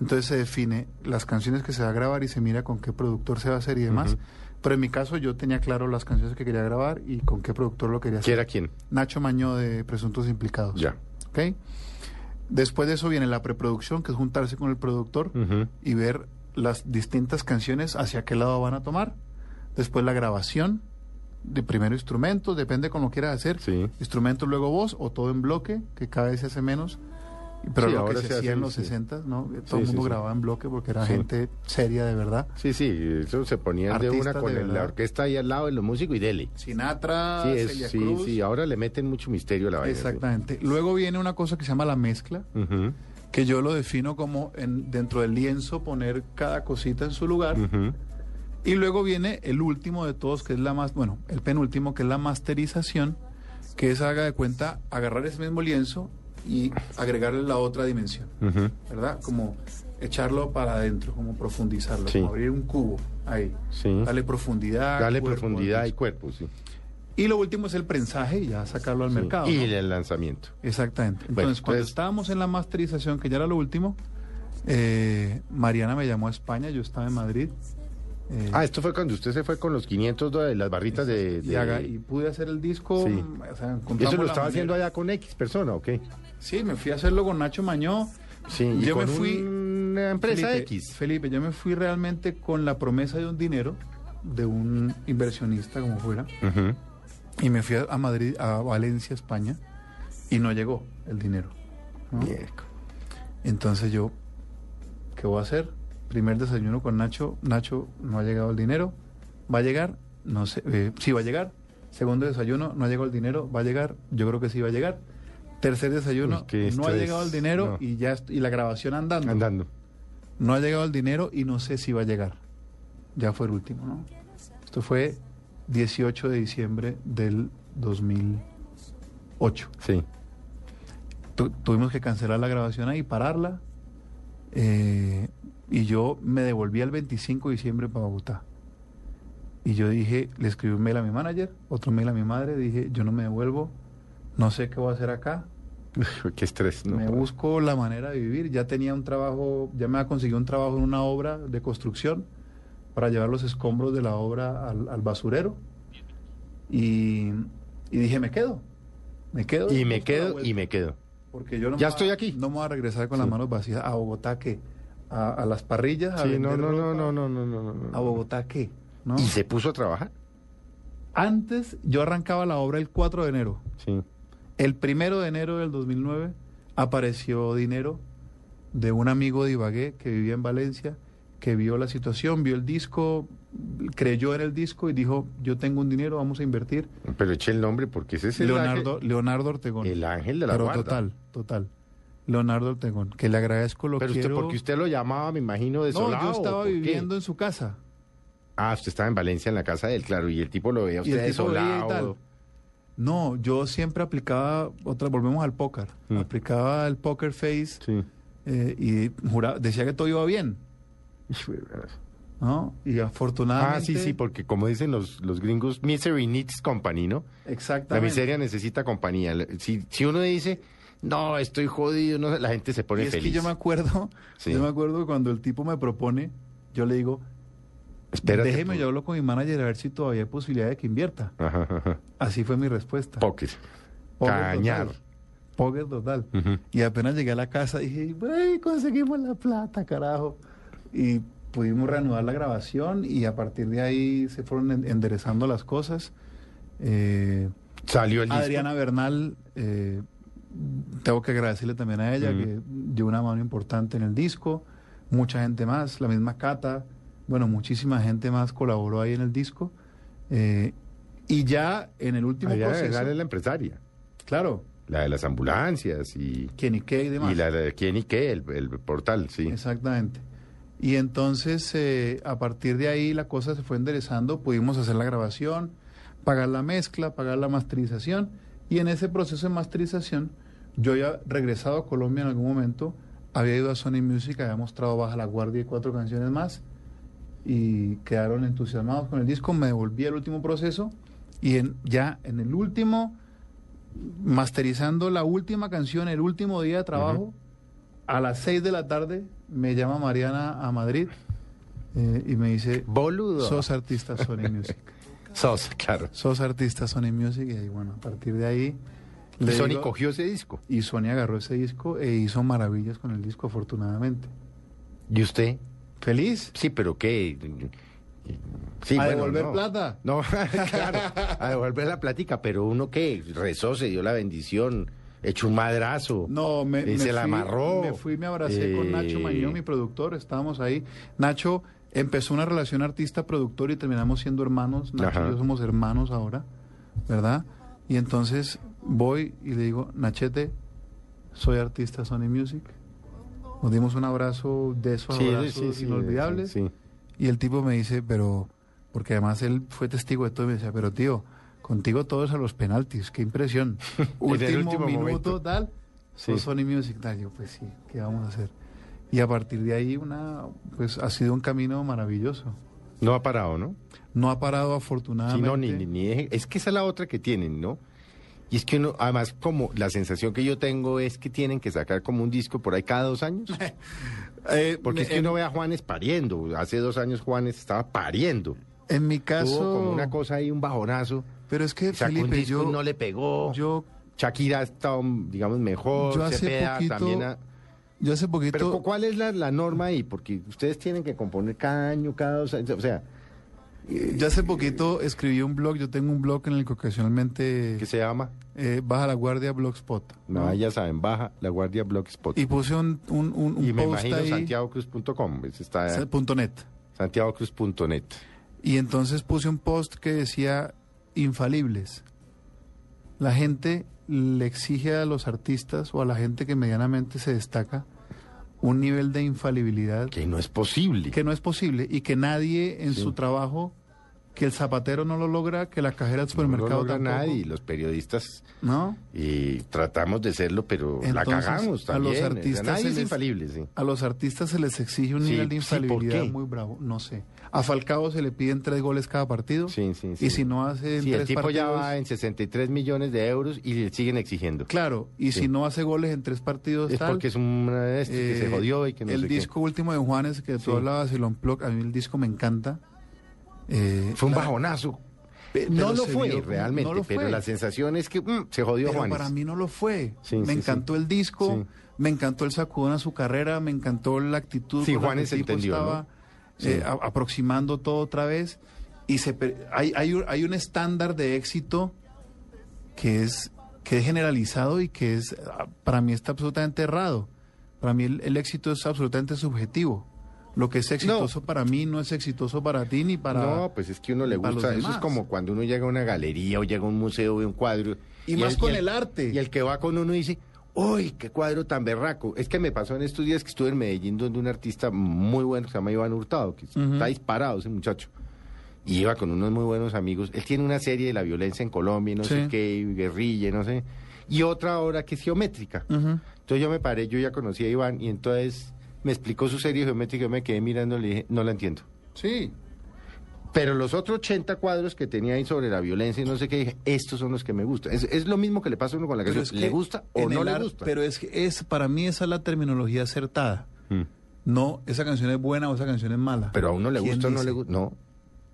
Speaker 2: entonces se define las canciones que se va a grabar y se mira con qué productor se va a hacer y demás, pero en mi caso yo tenía claro las canciones que quería grabar y con qué productor lo quería hacer.
Speaker 3: ¿Quién era quién?
Speaker 2: Nacho Maño de Presuntos Implicados.
Speaker 3: Ya.
Speaker 2: ¿ok? Después de eso viene la preproducción, que es juntarse con el productor
Speaker 3: Ujú.
Speaker 2: y ver las distintas canciones hacia qué lado van a tomar. Después la grabación de primero instrumentos, depende con lo quieras hacer.
Speaker 3: Sí.
Speaker 2: Instrumentos, luego voz o todo en bloque, que cada vez se hace menos. Pero
Speaker 3: Sí,
Speaker 2: lo
Speaker 3: ahora
Speaker 2: que se,
Speaker 3: se
Speaker 2: hacía
Speaker 3: hace,
Speaker 2: en los
Speaker 3: sí.
Speaker 2: 60, ¿no? Todo
Speaker 3: Sí,
Speaker 2: el
Speaker 3: sí,
Speaker 2: mundo
Speaker 3: sí.
Speaker 2: grababa en bloque porque era
Speaker 3: Sí.
Speaker 2: gente seria de verdad.
Speaker 3: Sí, sí, eso se ponían de
Speaker 2: Artistas
Speaker 3: una con
Speaker 2: de
Speaker 3: el- la
Speaker 2: verdad.
Speaker 3: orquesta ahí al lado de los músicos y dele.
Speaker 2: Sinatra,
Speaker 3: Sí, es-
Speaker 2: Celia
Speaker 3: sí,
Speaker 2: Cruz.
Speaker 3: sí, ahora le meten mucho misterio a la vaina. sí.
Speaker 2: Exactamente. Luego viene una cosa que se llama la mezcla,
Speaker 3: Ujú,
Speaker 2: que yo lo defino como en, dentro del lienzo poner cada cosita en su lugar.
Speaker 3: ujú.
Speaker 2: Y luego viene el último de todos, que es la más, bueno, el penúltimo, que es la masterización, que es haga de cuenta agarrar ese mismo lienzo y agregarle la otra dimensión, ¿verdad? Como echarlo para adentro, como profundizarlo,
Speaker 3: Sí.
Speaker 2: como abrir un cubo ahí,
Speaker 3: Sí.
Speaker 2: darle profundidad,
Speaker 3: Dale
Speaker 2: cuerpo,
Speaker 3: profundidad y
Speaker 2: entonces.
Speaker 3: cuerpo, sí.
Speaker 2: y lo último es el prensaje y ya sacarlo al
Speaker 3: Sí.
Speaker 2: mercado.
Speaker 3: Y
Speaker 2: ¿no?
Speaker 3: el lanzamiento.
Speaker 2: Exactamente. Entonces,
Speaker 3: Bueno,
Speaker 2: cuando
Speaker 3: entonces-
Speaker 2: estábamos en la masterización, que ya era lo último, eh, Mariana me llamó a España, yo estaba en Madrid. eh,
Speaker 3: Ah, esto fue cuando usted se fue con los 500 dólares, las barritas de...
Speaker 2: y,
Speaker 3: de-
Speaker 2: haga- y pude hacer el disco.
Speaker 3: Sí.
Speaker 2: mm, o sea, encontramos
Speaker 3: ¿Eso lo
Speaker 2: la
Speaker 3: estaba
Speaker 2: manera.
Speaker 3: haciendo allá con X persona o qué?
Speaker 2: Sí, me fui a hacerlo con Nacho Mañó.
Speaker 3: Sí, y
Speaker 2: yo
Speaker 3: con
Speaker 2: me fui.
Speaker 3: una empresa
Speaker 2: Felipe,
Speaker 3: X.
Speaker 2: Felipe, yo me fui realmente con la promesa de un dinero de un inversionista, como fuera.
Speaker 3: Ujú.
Speaker 2: Y me fui a- a Madrid, a Valencia, España. Y no llegó el dinero. ¿no?
Speaker 3: Bien.
Speaker 2: Entonces yo, ¿qué voy a hacer? primer desayuno con Nacho, Nacho no ha llegado el dinero, va a llegar, no sé, eh, sí va a llegar, segundo desayuno, no ha llegado el dinero, va a llegar, yo creo que sí va a llegar, tercer desayuno,
Speaker 3: Uy, qué
Speaker 2: no ha
Speaker 3: estrés,
Speaker 2: llegado el dinero
Speaker 3: no.
Speaker 2: y ya est- y la grabación andando.
Speaker 3: Andando.
Speaker 2: No ha llegado el dinero y no sé si va a llegar. Ya fue el último, ¿no? Esto fue 18 de diciembre del 2008.
Speaker 3: Sí.
Speaker 2: Tu- tuvimos que cancelar la grabación ahí, pararla. eh, y yo me devolví el 25 de diciembre para Bogotá. Y yo dije, le escribí un mail a mi manager, otro mail a mi madre, dije, yo no me devuelvo, no sé qué voy a hacer acá,
Speaker 3: Qué estrés, ¿no?
Speaker 2: me busco la manera de vivir. Ya tenía un trabajo, ya me había conseguido un trabajo en una obra de construcción para llevar los escombros de la obra al, al basurero. Y, y dije, me quedo, me quedo.
Speaker 3: Y me
Speaker 2: busco la
Speaker 3: quedo, y
Speaker 2: vuelta".
Speaker 3: me quedo.
Speaker 2: Porque yo no me
Speaker 3: Ya
Speaker 2: voy a-
Speaker 3: estoy aquí.
Speaker 2: No me voy a regresar con
Speaker 3: Sí.
Speaker 2: las manos vacías a Bogotá, ¿qué? A, a las parrillas. a
Speaker 3: Sí, no,
Speaker 2: vender
Speaker 3: no, no,
Speaker 2: ropa?
Speaker 3: no, no, no, no, no.
Speaker 2: ¿A Bogotá qué? ¿No?
Speaker 3: ¿Y se puso a trabajar?
Speaker 2: Antes yo arrancaba la obra el 4 de enero.
Speaker 3: Sí.
Speaker 2: El primero de enero del 2009 apareció dinero de un amigo de Ibagué que vivía en Valencia, que vio la situación, vio el disco, creyó en el disco y dijo, yo tengo un dinero, vamos a invertir.
Speaker 3: Pero eché el nombre porque ese es el
Speaker 2: Leonardo, Leonardo Ortegón.
Speaker 3: El ángel de la
Speaker 2: Pero
Speaker 3: guarda.
Speaker 2: total, total. Leonardo Ortegón, que le agradezco lo
Speaker 3: Pero
Speaker 2: que
Speaker 3: usted, porque usted lo llamaba, me imagino,
Speaker 2: No,
Speaker 3: desolado.
Speaker 2: yo
Speaker 3: ¿o
Speaker 2: estaba
Speaker 3: por qué?
Speaker 2: viviendo en su casa.
Speaker 3: Ah, usted estaba en Valencia, en la casa de él, claro, y el tipo lo veía a
Speaker 2: Y
Speaker 3: usted
Speaker 2: el tipo veía y
Speaker 3: desolado.
Speaker 2: tal. No, yo siempre aplicaba, otra, volvemos al póker,
Speaker 3: Mm.
Speaker 2: aplicaba el poker face
Speaker 3: Sí.
Speaker 2: eh, y juraba, decía que todo iba bien, ¿no? Y afortunadamente...
Speaker 3: Ah, sí, sí, porque como dicen los, los gringos, misery needs company, ¿no? La
Speaker 2: Exactamente.
Speaker 3: miseria necesita compañía. La- Si, si uno dice, no, estoy jodido, no, sé", la gente se pone
Speaker 2: Y es
Speaker 3: feliz.
Speaker 2: que yo me acuerdo,
Speaker 3: Sí.
Speaker 2: yo me acuerdo cuando el tipo me propone, yo le digo,
Speaker 3: Espérate,
Speaker 2: déjeme,
Speaker 3: por-
Speaker 2: yo hablo con mi manager a ver si todavía hay posibilidad de que invierta.
Speaker 3: Ajá, ajá.
Speaker 2: Así fue mi respuesta.
Speaker 3: Poker.
Speaker 2: Poker
Speaker 3: Cañar. Mm.
Speaker 2: total. Poker total.
Speaker 3: Ujú.
Speaker 2: Y apenas llegué a la casa dije, güey, conseguimos la plata, carajo. Y pudimos reanudar la grabación y a partir de ahí se fueron en- enderezando las cosas. Eh,
Speaker 3: Salió el disco.
Speaker 2: Adriana Bernal, eh, tengo que agradecerle también a ella,
Speaker 3: Mm.
Speaker 2: que dio una mano importante en el disco, mucha gente más, la misma Cata, bueno, muchísima gente más colaboró ahí en el disco. eh, y ya en el último
Speaker 3: Adriana
Speaker 2: proceso,
Speaker 3: Bernal es la empresaria,
Speaker 2: claro,
Speaker 3: la de las ambulancias y,
Speaker 2: Kenny Kay y demás.
Speaker 3: y la de quién y qué, el, el portal, sí.
Speaker 2: Exactamente. Y entonces, eh, a partir de ahí, la cosa se fue enderezando. Pudimos hacer la grabación, pagar la mezcla, pagar la masterización. Y en ese proceso de masterización, yo ya regresado a Colombia en algún momento, había ido a Sony Music, había mostrado Baja la Guardia y cuatro canciones más. Y quedaron entusiasmados con el disco. Me devolví al último proceso. Y en- ya en el último, masterizando la última canción, el último día de trabajo. A las 6 de la tarde me llama Mariana a Madrid eh, y me dice,
Speaker 3: Boludo.
Speaker 2: sos artista Sony Music.
Speaker 3: Sos, claro.
Speaker 2: Sos artista Sony Music y ahí, bueno, a partir de ahí...
Speaker 3: Y
Speaker 2: le
Speaker 3: Sony
Speaker 2: digo-
Speaker 3: cogió ese disco.
Speaker 2: Y Sony agarró ese disco e hizo maravillas con el disco, afortunadamente.
Speaker 3: ¿Y usted?
Speaker 2: ¿Feliz?
Speaker 3: Sí, pero qué. Sí,
Speaker 2: A
Speaker 3: bueno,
Speaker 2: devolver
Speaker 3: no.
Speaker 2: plata.
Speaker 3: No, claro, a devolver la plática, pero uno que rezó, se dio la bendición, echó un madrazo.
Speaker 2: No, me,
Speaker 3: eh,
Speaker 2: me
Speaker 3: se la
Speaker 2: fui,
Speaker 3: amarró.
Speaker 2: Me fui, me abracé con Nacho
Speaker 3: eh,
Speaker 2: Mañón, mi productor, estábamos ahí. Nacho empezó una relación artista-productor y terminamos siendo hermanos. Nacho
Speaker 3: Ajá.
Speaker 2: y yo somos hermanos ahora, ¿verdad? Y entonces voy y le digo, Nachete, soy artista Sony Music. Nos dimos un abrazo de esos
Speaker 3: Sí,
Speaker 2: abrazos
Speaker 3: sí, sí,
Speaker 2: inolvidables.
Speaker 3: sí, sí.
Speaker 2: Y el tipo me dice, pero, porque además él fue testigo de todo y me decía, pero tío, contigo todos a los penaltis, qué impresión.
Speaker 3: En el
Speaker 2: último,
Speaker 3: último
Speaker 2: minuto,
Speaker 3: momento.
Speaker 2: tal.
Speaker 3: Sí.
Speaker 2: Son Sony Music, tal. Yo, pues sí, ¿qué vamos a hacer? Y a partir de ahí, una, pues ha sido un camino maravilloso.
Speaker 3: No ha parado, ¿no?
Speaker 2: No ha parado
Speaker 3: Sí,
Speaker 2: afortunadamente.
Speaker 3: no, ni, ni- ni deje- Es que esa es la otra que tienen, ¿no? Y es que uno, además, como la sensación que yo tengo es que tienen que sacar como un disco por ahí cada dos años.
Speaker 2: Eh,
Speaker 3: Porque es que
Speaker 2: en-
Speaker 3: uno ve a Juanes pariendo. Hace dos años Juanes estaba pariendo.
Speaker 2: En mi caso.
Speaker 3: Tuvo como una cosa ahí, un bajonazo.
Speaker 2: Pero es que,
Speaker 3: Sacó un
Speaker 2: Felipe,
Speaker 3: disco
Speaker 2: yo.
Speaker 3: y no le pegó.
Speaker 2: yo,
Speaker 3: Shakira está, um, digamos, mejor.
Speaker 2: yo hace
Speaker 3: Cepeda
Speaker 2: poquito.
Speaker 3: también. ha-
Speaker 2: Yo hace poquito.
Speaker 3: Pero ¿cu- ¿cuál es la, la norma ahí? Porque ustedes tienen que componer cada año, cada dos años. O sea,
Speaker 2: Yo eh, hace poquito escribí un blog, yo tengo un blog en el que ocasionalmente
Speaker 3: que se llama,
Speaker 2: eh, baja la guardia blogspot.
Speaker 3: no, ya saben, baja la guardia blogspot.
Speaker 2: Y puse un, un, un, un
Speaker 3: Y me
Speaker 2: post
Speaker 3: imagino eh.
Speaker 2: ahí,
Speaker 3: santiagocruz.com, ese pues, está
Speaker 2: punto net.
Speaker 3: santiagocruz.net.
Speaker 2: Y entonces puse un post que decía infalibles. La gente le exige a los artistas o a la gente que medianamente se destaca un nivel de infalibilidad
Speaker 3: Que no es posible.
Speaker 2: que no es posible y que nadie en su trabajo, que el zapatero no lo logra, que la cajera del
Speaker 3: No lo
Speaker 2: supermercado
Speaker 3: logra
Speaker 2: tampoco.
Speaker 3: nadie, los periodistas
Speaker 2: ¿no?
Speaker 3: y tratamos de serlo, pero pues, la
Speaker 2: Entonces,
Speaker 3: cagamos
Speaker 2: a
Speaker 3: también.
Speaker 2: los
Speaker 3: o sea,
Speaker 2: artistas
Speaker 3: nadie
Speaker 2: se
Speaker 3: es
Speaker 2: les-
Speaker 3: infalible, sí.
Speaker 2: A los artistas se les exige un
Speaker 3: Sí,
Speaker 2: nivel de
Speaker 3: sí, ¿por
Speaker 2: infalibilidad
Speaker 3: qué?
Speaker 2: muy bravo, no sé. A Falcao se le piden tres goles cada partido.
Speaker 3: Sí, sí, sí.
Speaker 2: Y si no hace en
Speaker 3: Sí,
Speaker 2: tres
Speaker 3: el tipo ya
Speaker 2: partidos-
Speaker 3: va en 63 millones de euros y le siguen exigiendo.
Speaker 2: Claro, y si no hace goles en tres partidos
Speaker 3: Es
Speaker 2: tal,
Speaker 3: porque es un eh, este que
Speaker 2: eh,
Speaker 3: se jodió y que no
Speaker 2: El
Speaker 3: sé qué.
Speaker 2: disco último de Juanes, que tú
Speaker 3: Sí.
Speaker 2: hablabas, el Unplugged, a mí el disco me encanta. Eh,
Speaker 3: Fue un
Speaker 2: la- Eh,
Speaker 3: bajonazo.
Speaker 2: Pe-
Speaker 3: no
Speaker 2: pero
Speaker 3: lo
Speaker 2: se
Speaker 3: fue
Speaker 2: vio-
Speaker 3: realmente,
Speaker 2: no lo
Speaker 3: pero
Speaker 2: fue.
Speaker 3: la sensación es que mm, se jodió
Speaker 2: Pero
Speaker 3: Juanes.
Speaker 2: para mí no lo fue.
Speaker 3: Sí,
Speaker 2: me
Speaker 3: sí,
Speaker 2: encantó
Speaker 3: sí.
Speaker 2: el disco,
Speaker 3: Sí.
Speaker 2: me encantó el sacudón a su carrera, me encantó la actitud
Speaker 3: Sí,
Speaker 2: con la
Speaker 3: Juanes
Speaker 2: que el tipo
Speaker 3: entendió, ¿no?
Speaker 2: estaba eh, a- aproximando todo otra vez. Y se per- hay, hay un- hay un estándar de éxito que es, que es generalizado y que es ah, para mí está absolutamente errado. Para mí el, el éxito es absolutamente subjetivo. Lo que es exitoso para mí no es exitoso para ti ni para...
Speaker 3: No, pues es que uno le
Speaker 2: para los
Speaker 3: gusta. Eso es
Speaker 2: demás.
Speaker 3: como cuando uno llega a una galería o llega a un museo ve un cuadro.
Speaker 2: Y más con el arte.
Speaker 3: Y el que va con uno dice, ¡Uy, qué cuadro tan berraco! Es que me pasó en estos días que estuve en Medellín donde un artista muy bueno que se llama Iván Hurtado, que está disparado ese muchacho. Y iba con unos muy buenos amigos. Él tiene una serie de la violencia en Colombia, y no sé
Speaker 2: Sí.
Speaker 3: qué, y guerrilla, y no sé. Y otra obra que es geométrica. Entonces yo me paré, yo ya conocía a Iván, y entonces me explicó su serie geométrica, yo me quedé mirando y le dije, no la entiendo.
Speaker 2: Sí,
Speaker 3: Pero los otros 80 cuadros que tenía ahí sobre la violencia y no sé qué, dije, estos son los que me gustan. Es, es lo mismo que le pasa a uno con la
Speaker 2: Pero
Speaker 3: canción.
Speaker 2: es
Speaker 3: ¿Le
Speaker 2: que
Speaker 3: gusta o
Speaker 2: en
Speaker 3: no
Speaker 2: el
Speaker 3: le
Speaker 2: ar-
Speaker 3: gusta?
Speaker 2: Pero es que es, para mí esa es la terminología acertada.
Speaker 3: Mm.
Speaker 2: No, esa canción es buena o esa canción es mala.
Speaker 3: Pero a uno le
Speaker 2: ¿Quién
Speaker 3: gusta o no
Speaker 2: dice?
Speaker 3: le gusta. No,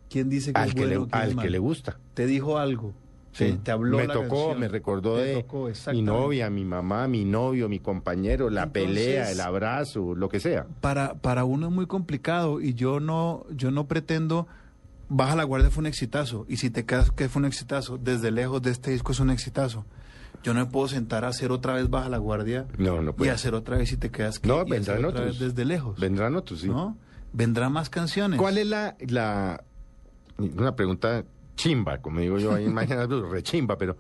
Speaker 2: ¿Quién dice que
Speaker 3: al,
Speaker 2: es
Speaker 3: que,
Speaker 2: bueno
Speaker 3: le,
Speaker 2: o quién es
Speaker 3: al que
Speaker 2: malo?
Speaker 3: le gusta.
Speaker 2: Te dijo algo.
Speaker 3: Sí.
Speaker 2: Te, te habló
Speaker 3: me
Speaker 2: la
Speaker 3: tocó,
Speaker 2: canción.
Speaker 3: me recordó
Speaker 2: Te
Speaker 3: de
Speaker 2: tocó,
Speaker 3: mi
Speaker 2: exactamente.
Speaker 3: novia, mi mamá, mi novio, mi compañero, la
Speaker 2: Entonces-
Speaker 3: pelea, el abrazo, lo que sea.
Speaker 2: Para, para uno es muy complicado y yo no, yo no pretendo... Baja la guardia fue un exitazo y si te quedas que fue un exitazo, desde lejos de este disco es un exitazo. Yo no me puedo sentar a hacer otra vez Baja la guardia
Speaker 3: No, no
Speaker 2: y
Speaker 3: puede.
Speaker 2: hacer otra vez si te quedas que
Speaker 3: Pues, No,
Speaker 2: y hacer
Speaker 3: vendrán
Speaker 2: otra
Speaker 3: otros.
Speaker 2: vez desde lejos.
Speaker 3: Vendrán otros, sí.
Speaker 2: ¿no? Vendrán más canciones.
Speaker 3: ¿Cuál es la, la- Una pregunta chimba, como digo yo ahí en Mañana Blue, rechimba, pero...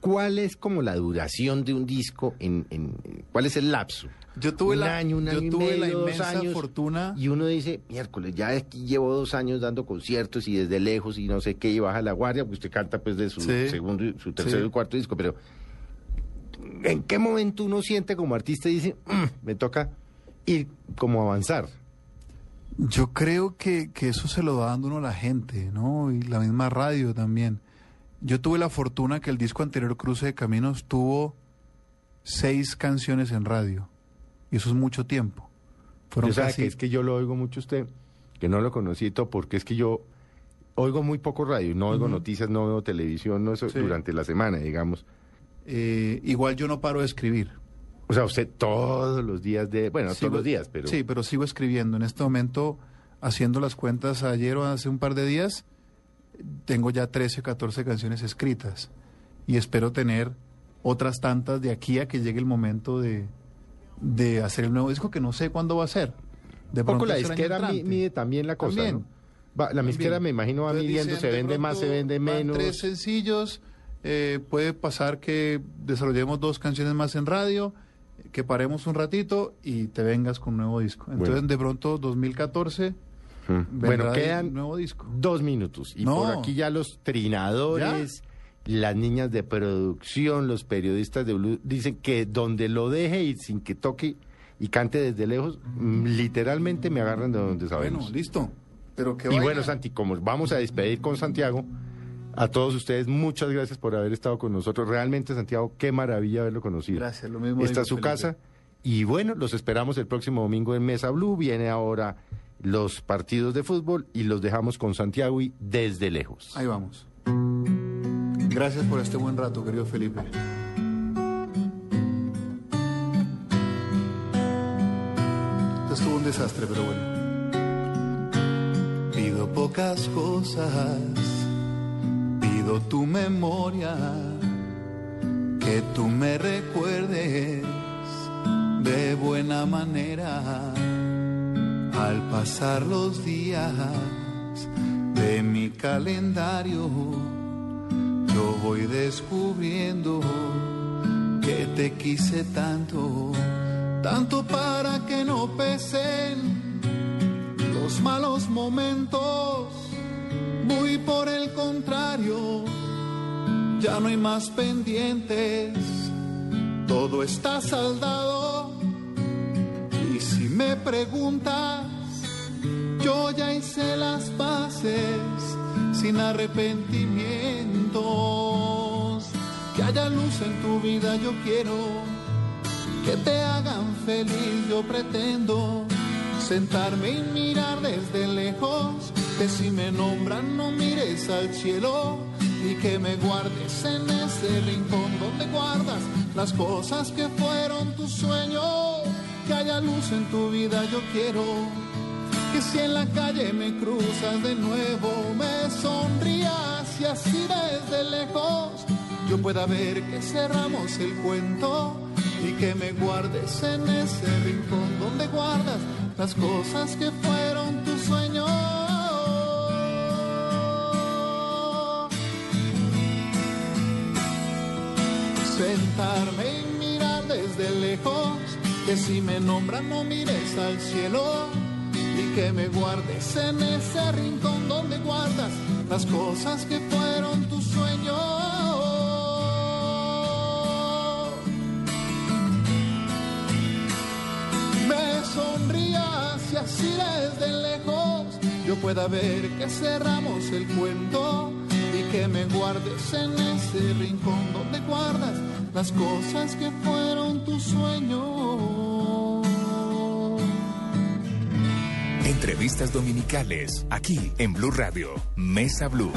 Speaker 3: ¿Cuál es como la duración de un disco? En, en- ¿Cuál es el lapso?
Speaker 2: Yo tuve
Speaker 3: un
Speaker 2: la-
Speaker 3: año, un
Speaker 2: yo
Speaker 3: año y
Speaker 2: tuve la
Speaker 3: medio, dos
Speaker 2: inmensa
Speaker 3: años,
Speaker 2: fortuna.
Speaker 3: Y uno dice, miércoles, ya aquí llevo dos años dando conciertos y desde lejos y no sé qué, y baja la guardia, porque usted canta pues de su
Speaker 2: Sí.
Speaker 3: segundo, y- su tercero
Speaker 2: Sí.
Speaker 3: y cuarto disco, pero ¿en qué momento uno siente como artista y dice, "Mm, me toca ir como avanzar?
Speaker 2: Yo creo que, que eso se lo va dando uno la gente, ¿no? Y la misma radio también. Yo tuve la fortuna que el disco anterior, Cruce de Caminos, tuvo seis canciones en radio. Y eso es mucho tiempo. Fueron
Speaker 3: Yo sabe
Speaker 2: casi-
Speaker 3: que es que yo lo oigo mucho a usted, que no lo conocí y todo, porque es que yo oigo muy poco radio, no oigo noticias, no veo televisión, no eso
Speaker 2: Sí.
Speaker 3: durante la semana, digamos.
Speaker 2: eh, igual yo no paro de escribir.
Speaker 3: O sea, usted todos los días de, bueno,
Speaker 2: Sigo-
Speaker 3: todos los días, pero
Speaker 2: Sí, pero sigo escribiendo. En este momento, haciendo las cuentas ayer o hace un par de días, tengo ya 13 o 14 canciones escritas. Y espero tener otras tantas de aquí a que llegue el momento de, de hacer el nuevo disco, que no sé cuándo va a ser. De
Speaker 3: un poco
Speaker 2: pronto
Speaker 3: la
Speaker 2: es el año
Speaker 3: disquera mi-
Speaker 2: entrante.
Speaker 3: mide también la cosa,
Speaker 2: También.
Speaker 3: ¿no? Va, la disquera me imagino va
Speaker 2: Entonces
Speaker 3: midiendo,
Speaker 2: dicen,
Speaker 3: se
Speaker 2: de
Speaker 3: vende más, se
Speaker 2: pronto
Speaker 3: vende
Speaker 2: van
Speaker 3: menos.
Speaker 2: tres sencillos, eh, puede pasar que desarrollemos dos canciones más en radio, que paremos un ratito y te vengas con un nuevo disco. Entonces,
Speaker 3: Bueno.
Speaker 2: de pronto, 2014,
Speaker 3: Mm. Bueno,
Speaker 2: vendrá
Speaker 3: quedan
Speaker 2: el nuevo disco.
Speaker 3: dos minutos. Y
Speaker 2: No.
Speaker 3: por aquí ya los trinadores, las niñas de producción, los periodistas de Blue, dicen que donde lo deje y sin que toque y cante desde lejos, mm, literalmente me agarran de donde sabemos.
Speaker 2: Bueno, listo. Pero que
Speaker 3: y
Speaker 2: vaya.
Speaker 3: bueno, Santi, como vamos a despedir con Santiago, a todos ustedes muchas gracias por haber estado con nosotros. Realmente, Santiago, qué maravilla haberlo conocido.
Speaker 2: Gracias, lo mismo
Speaker 3: Esta
Speaker 2: digo,
Speaker 3: es su
Speaker 2: Felipe.
Speaker 3: casa. Y bueno, los esperamos el próximo domingo en Mesa Blue. Viene ahora los partidos de fútbol y los dejamos con Santiago y desde lejos.
Speaker 2: Ahí vamos. Gracias por este buen rato, querido Felipe. Esto estuvo un desastre, pero bueno. Pido por pocas cosas. Pido tu memoria, que tú me recuerdes de buena manera. Al pasar los días de mi calendario, yo voy descubriendo que te quise tanto, tanto para que no pesen los malos momentos, muy por el contrario, ya no hay más pendientes, todo está saldado. Y si me preguntas, yo ya hice las paces sin arrepentimientos. Que haya luz en tu vida, yo quiero que te hagan feliz, yo pretendo sentarme y mirar desde lejos, que si me nombran no mires al cielo y que me guardes en ese rincón donde guardas las cosas que fueron tu sueño, que haya luz en tu vida yo quiero, que si en la calle me cruzas de nuevo me sonrías y así desde lejos yo pueda ver que cerramos el cuento y que me guardes en ese rincón donde guardas las cosas que fueron tu sueño. Sentarme y mirar desde lejos, que si me nombran no mires al cielo y que me guardes en ese rincón donde guardas las cosas que fueron tu sueño. me sonrías y así desde lejos yo pueda ver que cerramos el cuento y que me guardes en ese rincón donde guardas las cosas que fueron tu sueño.
Speaker 1: Entrevistas dominicales, aquí en Blue Radio, Mesa Blue.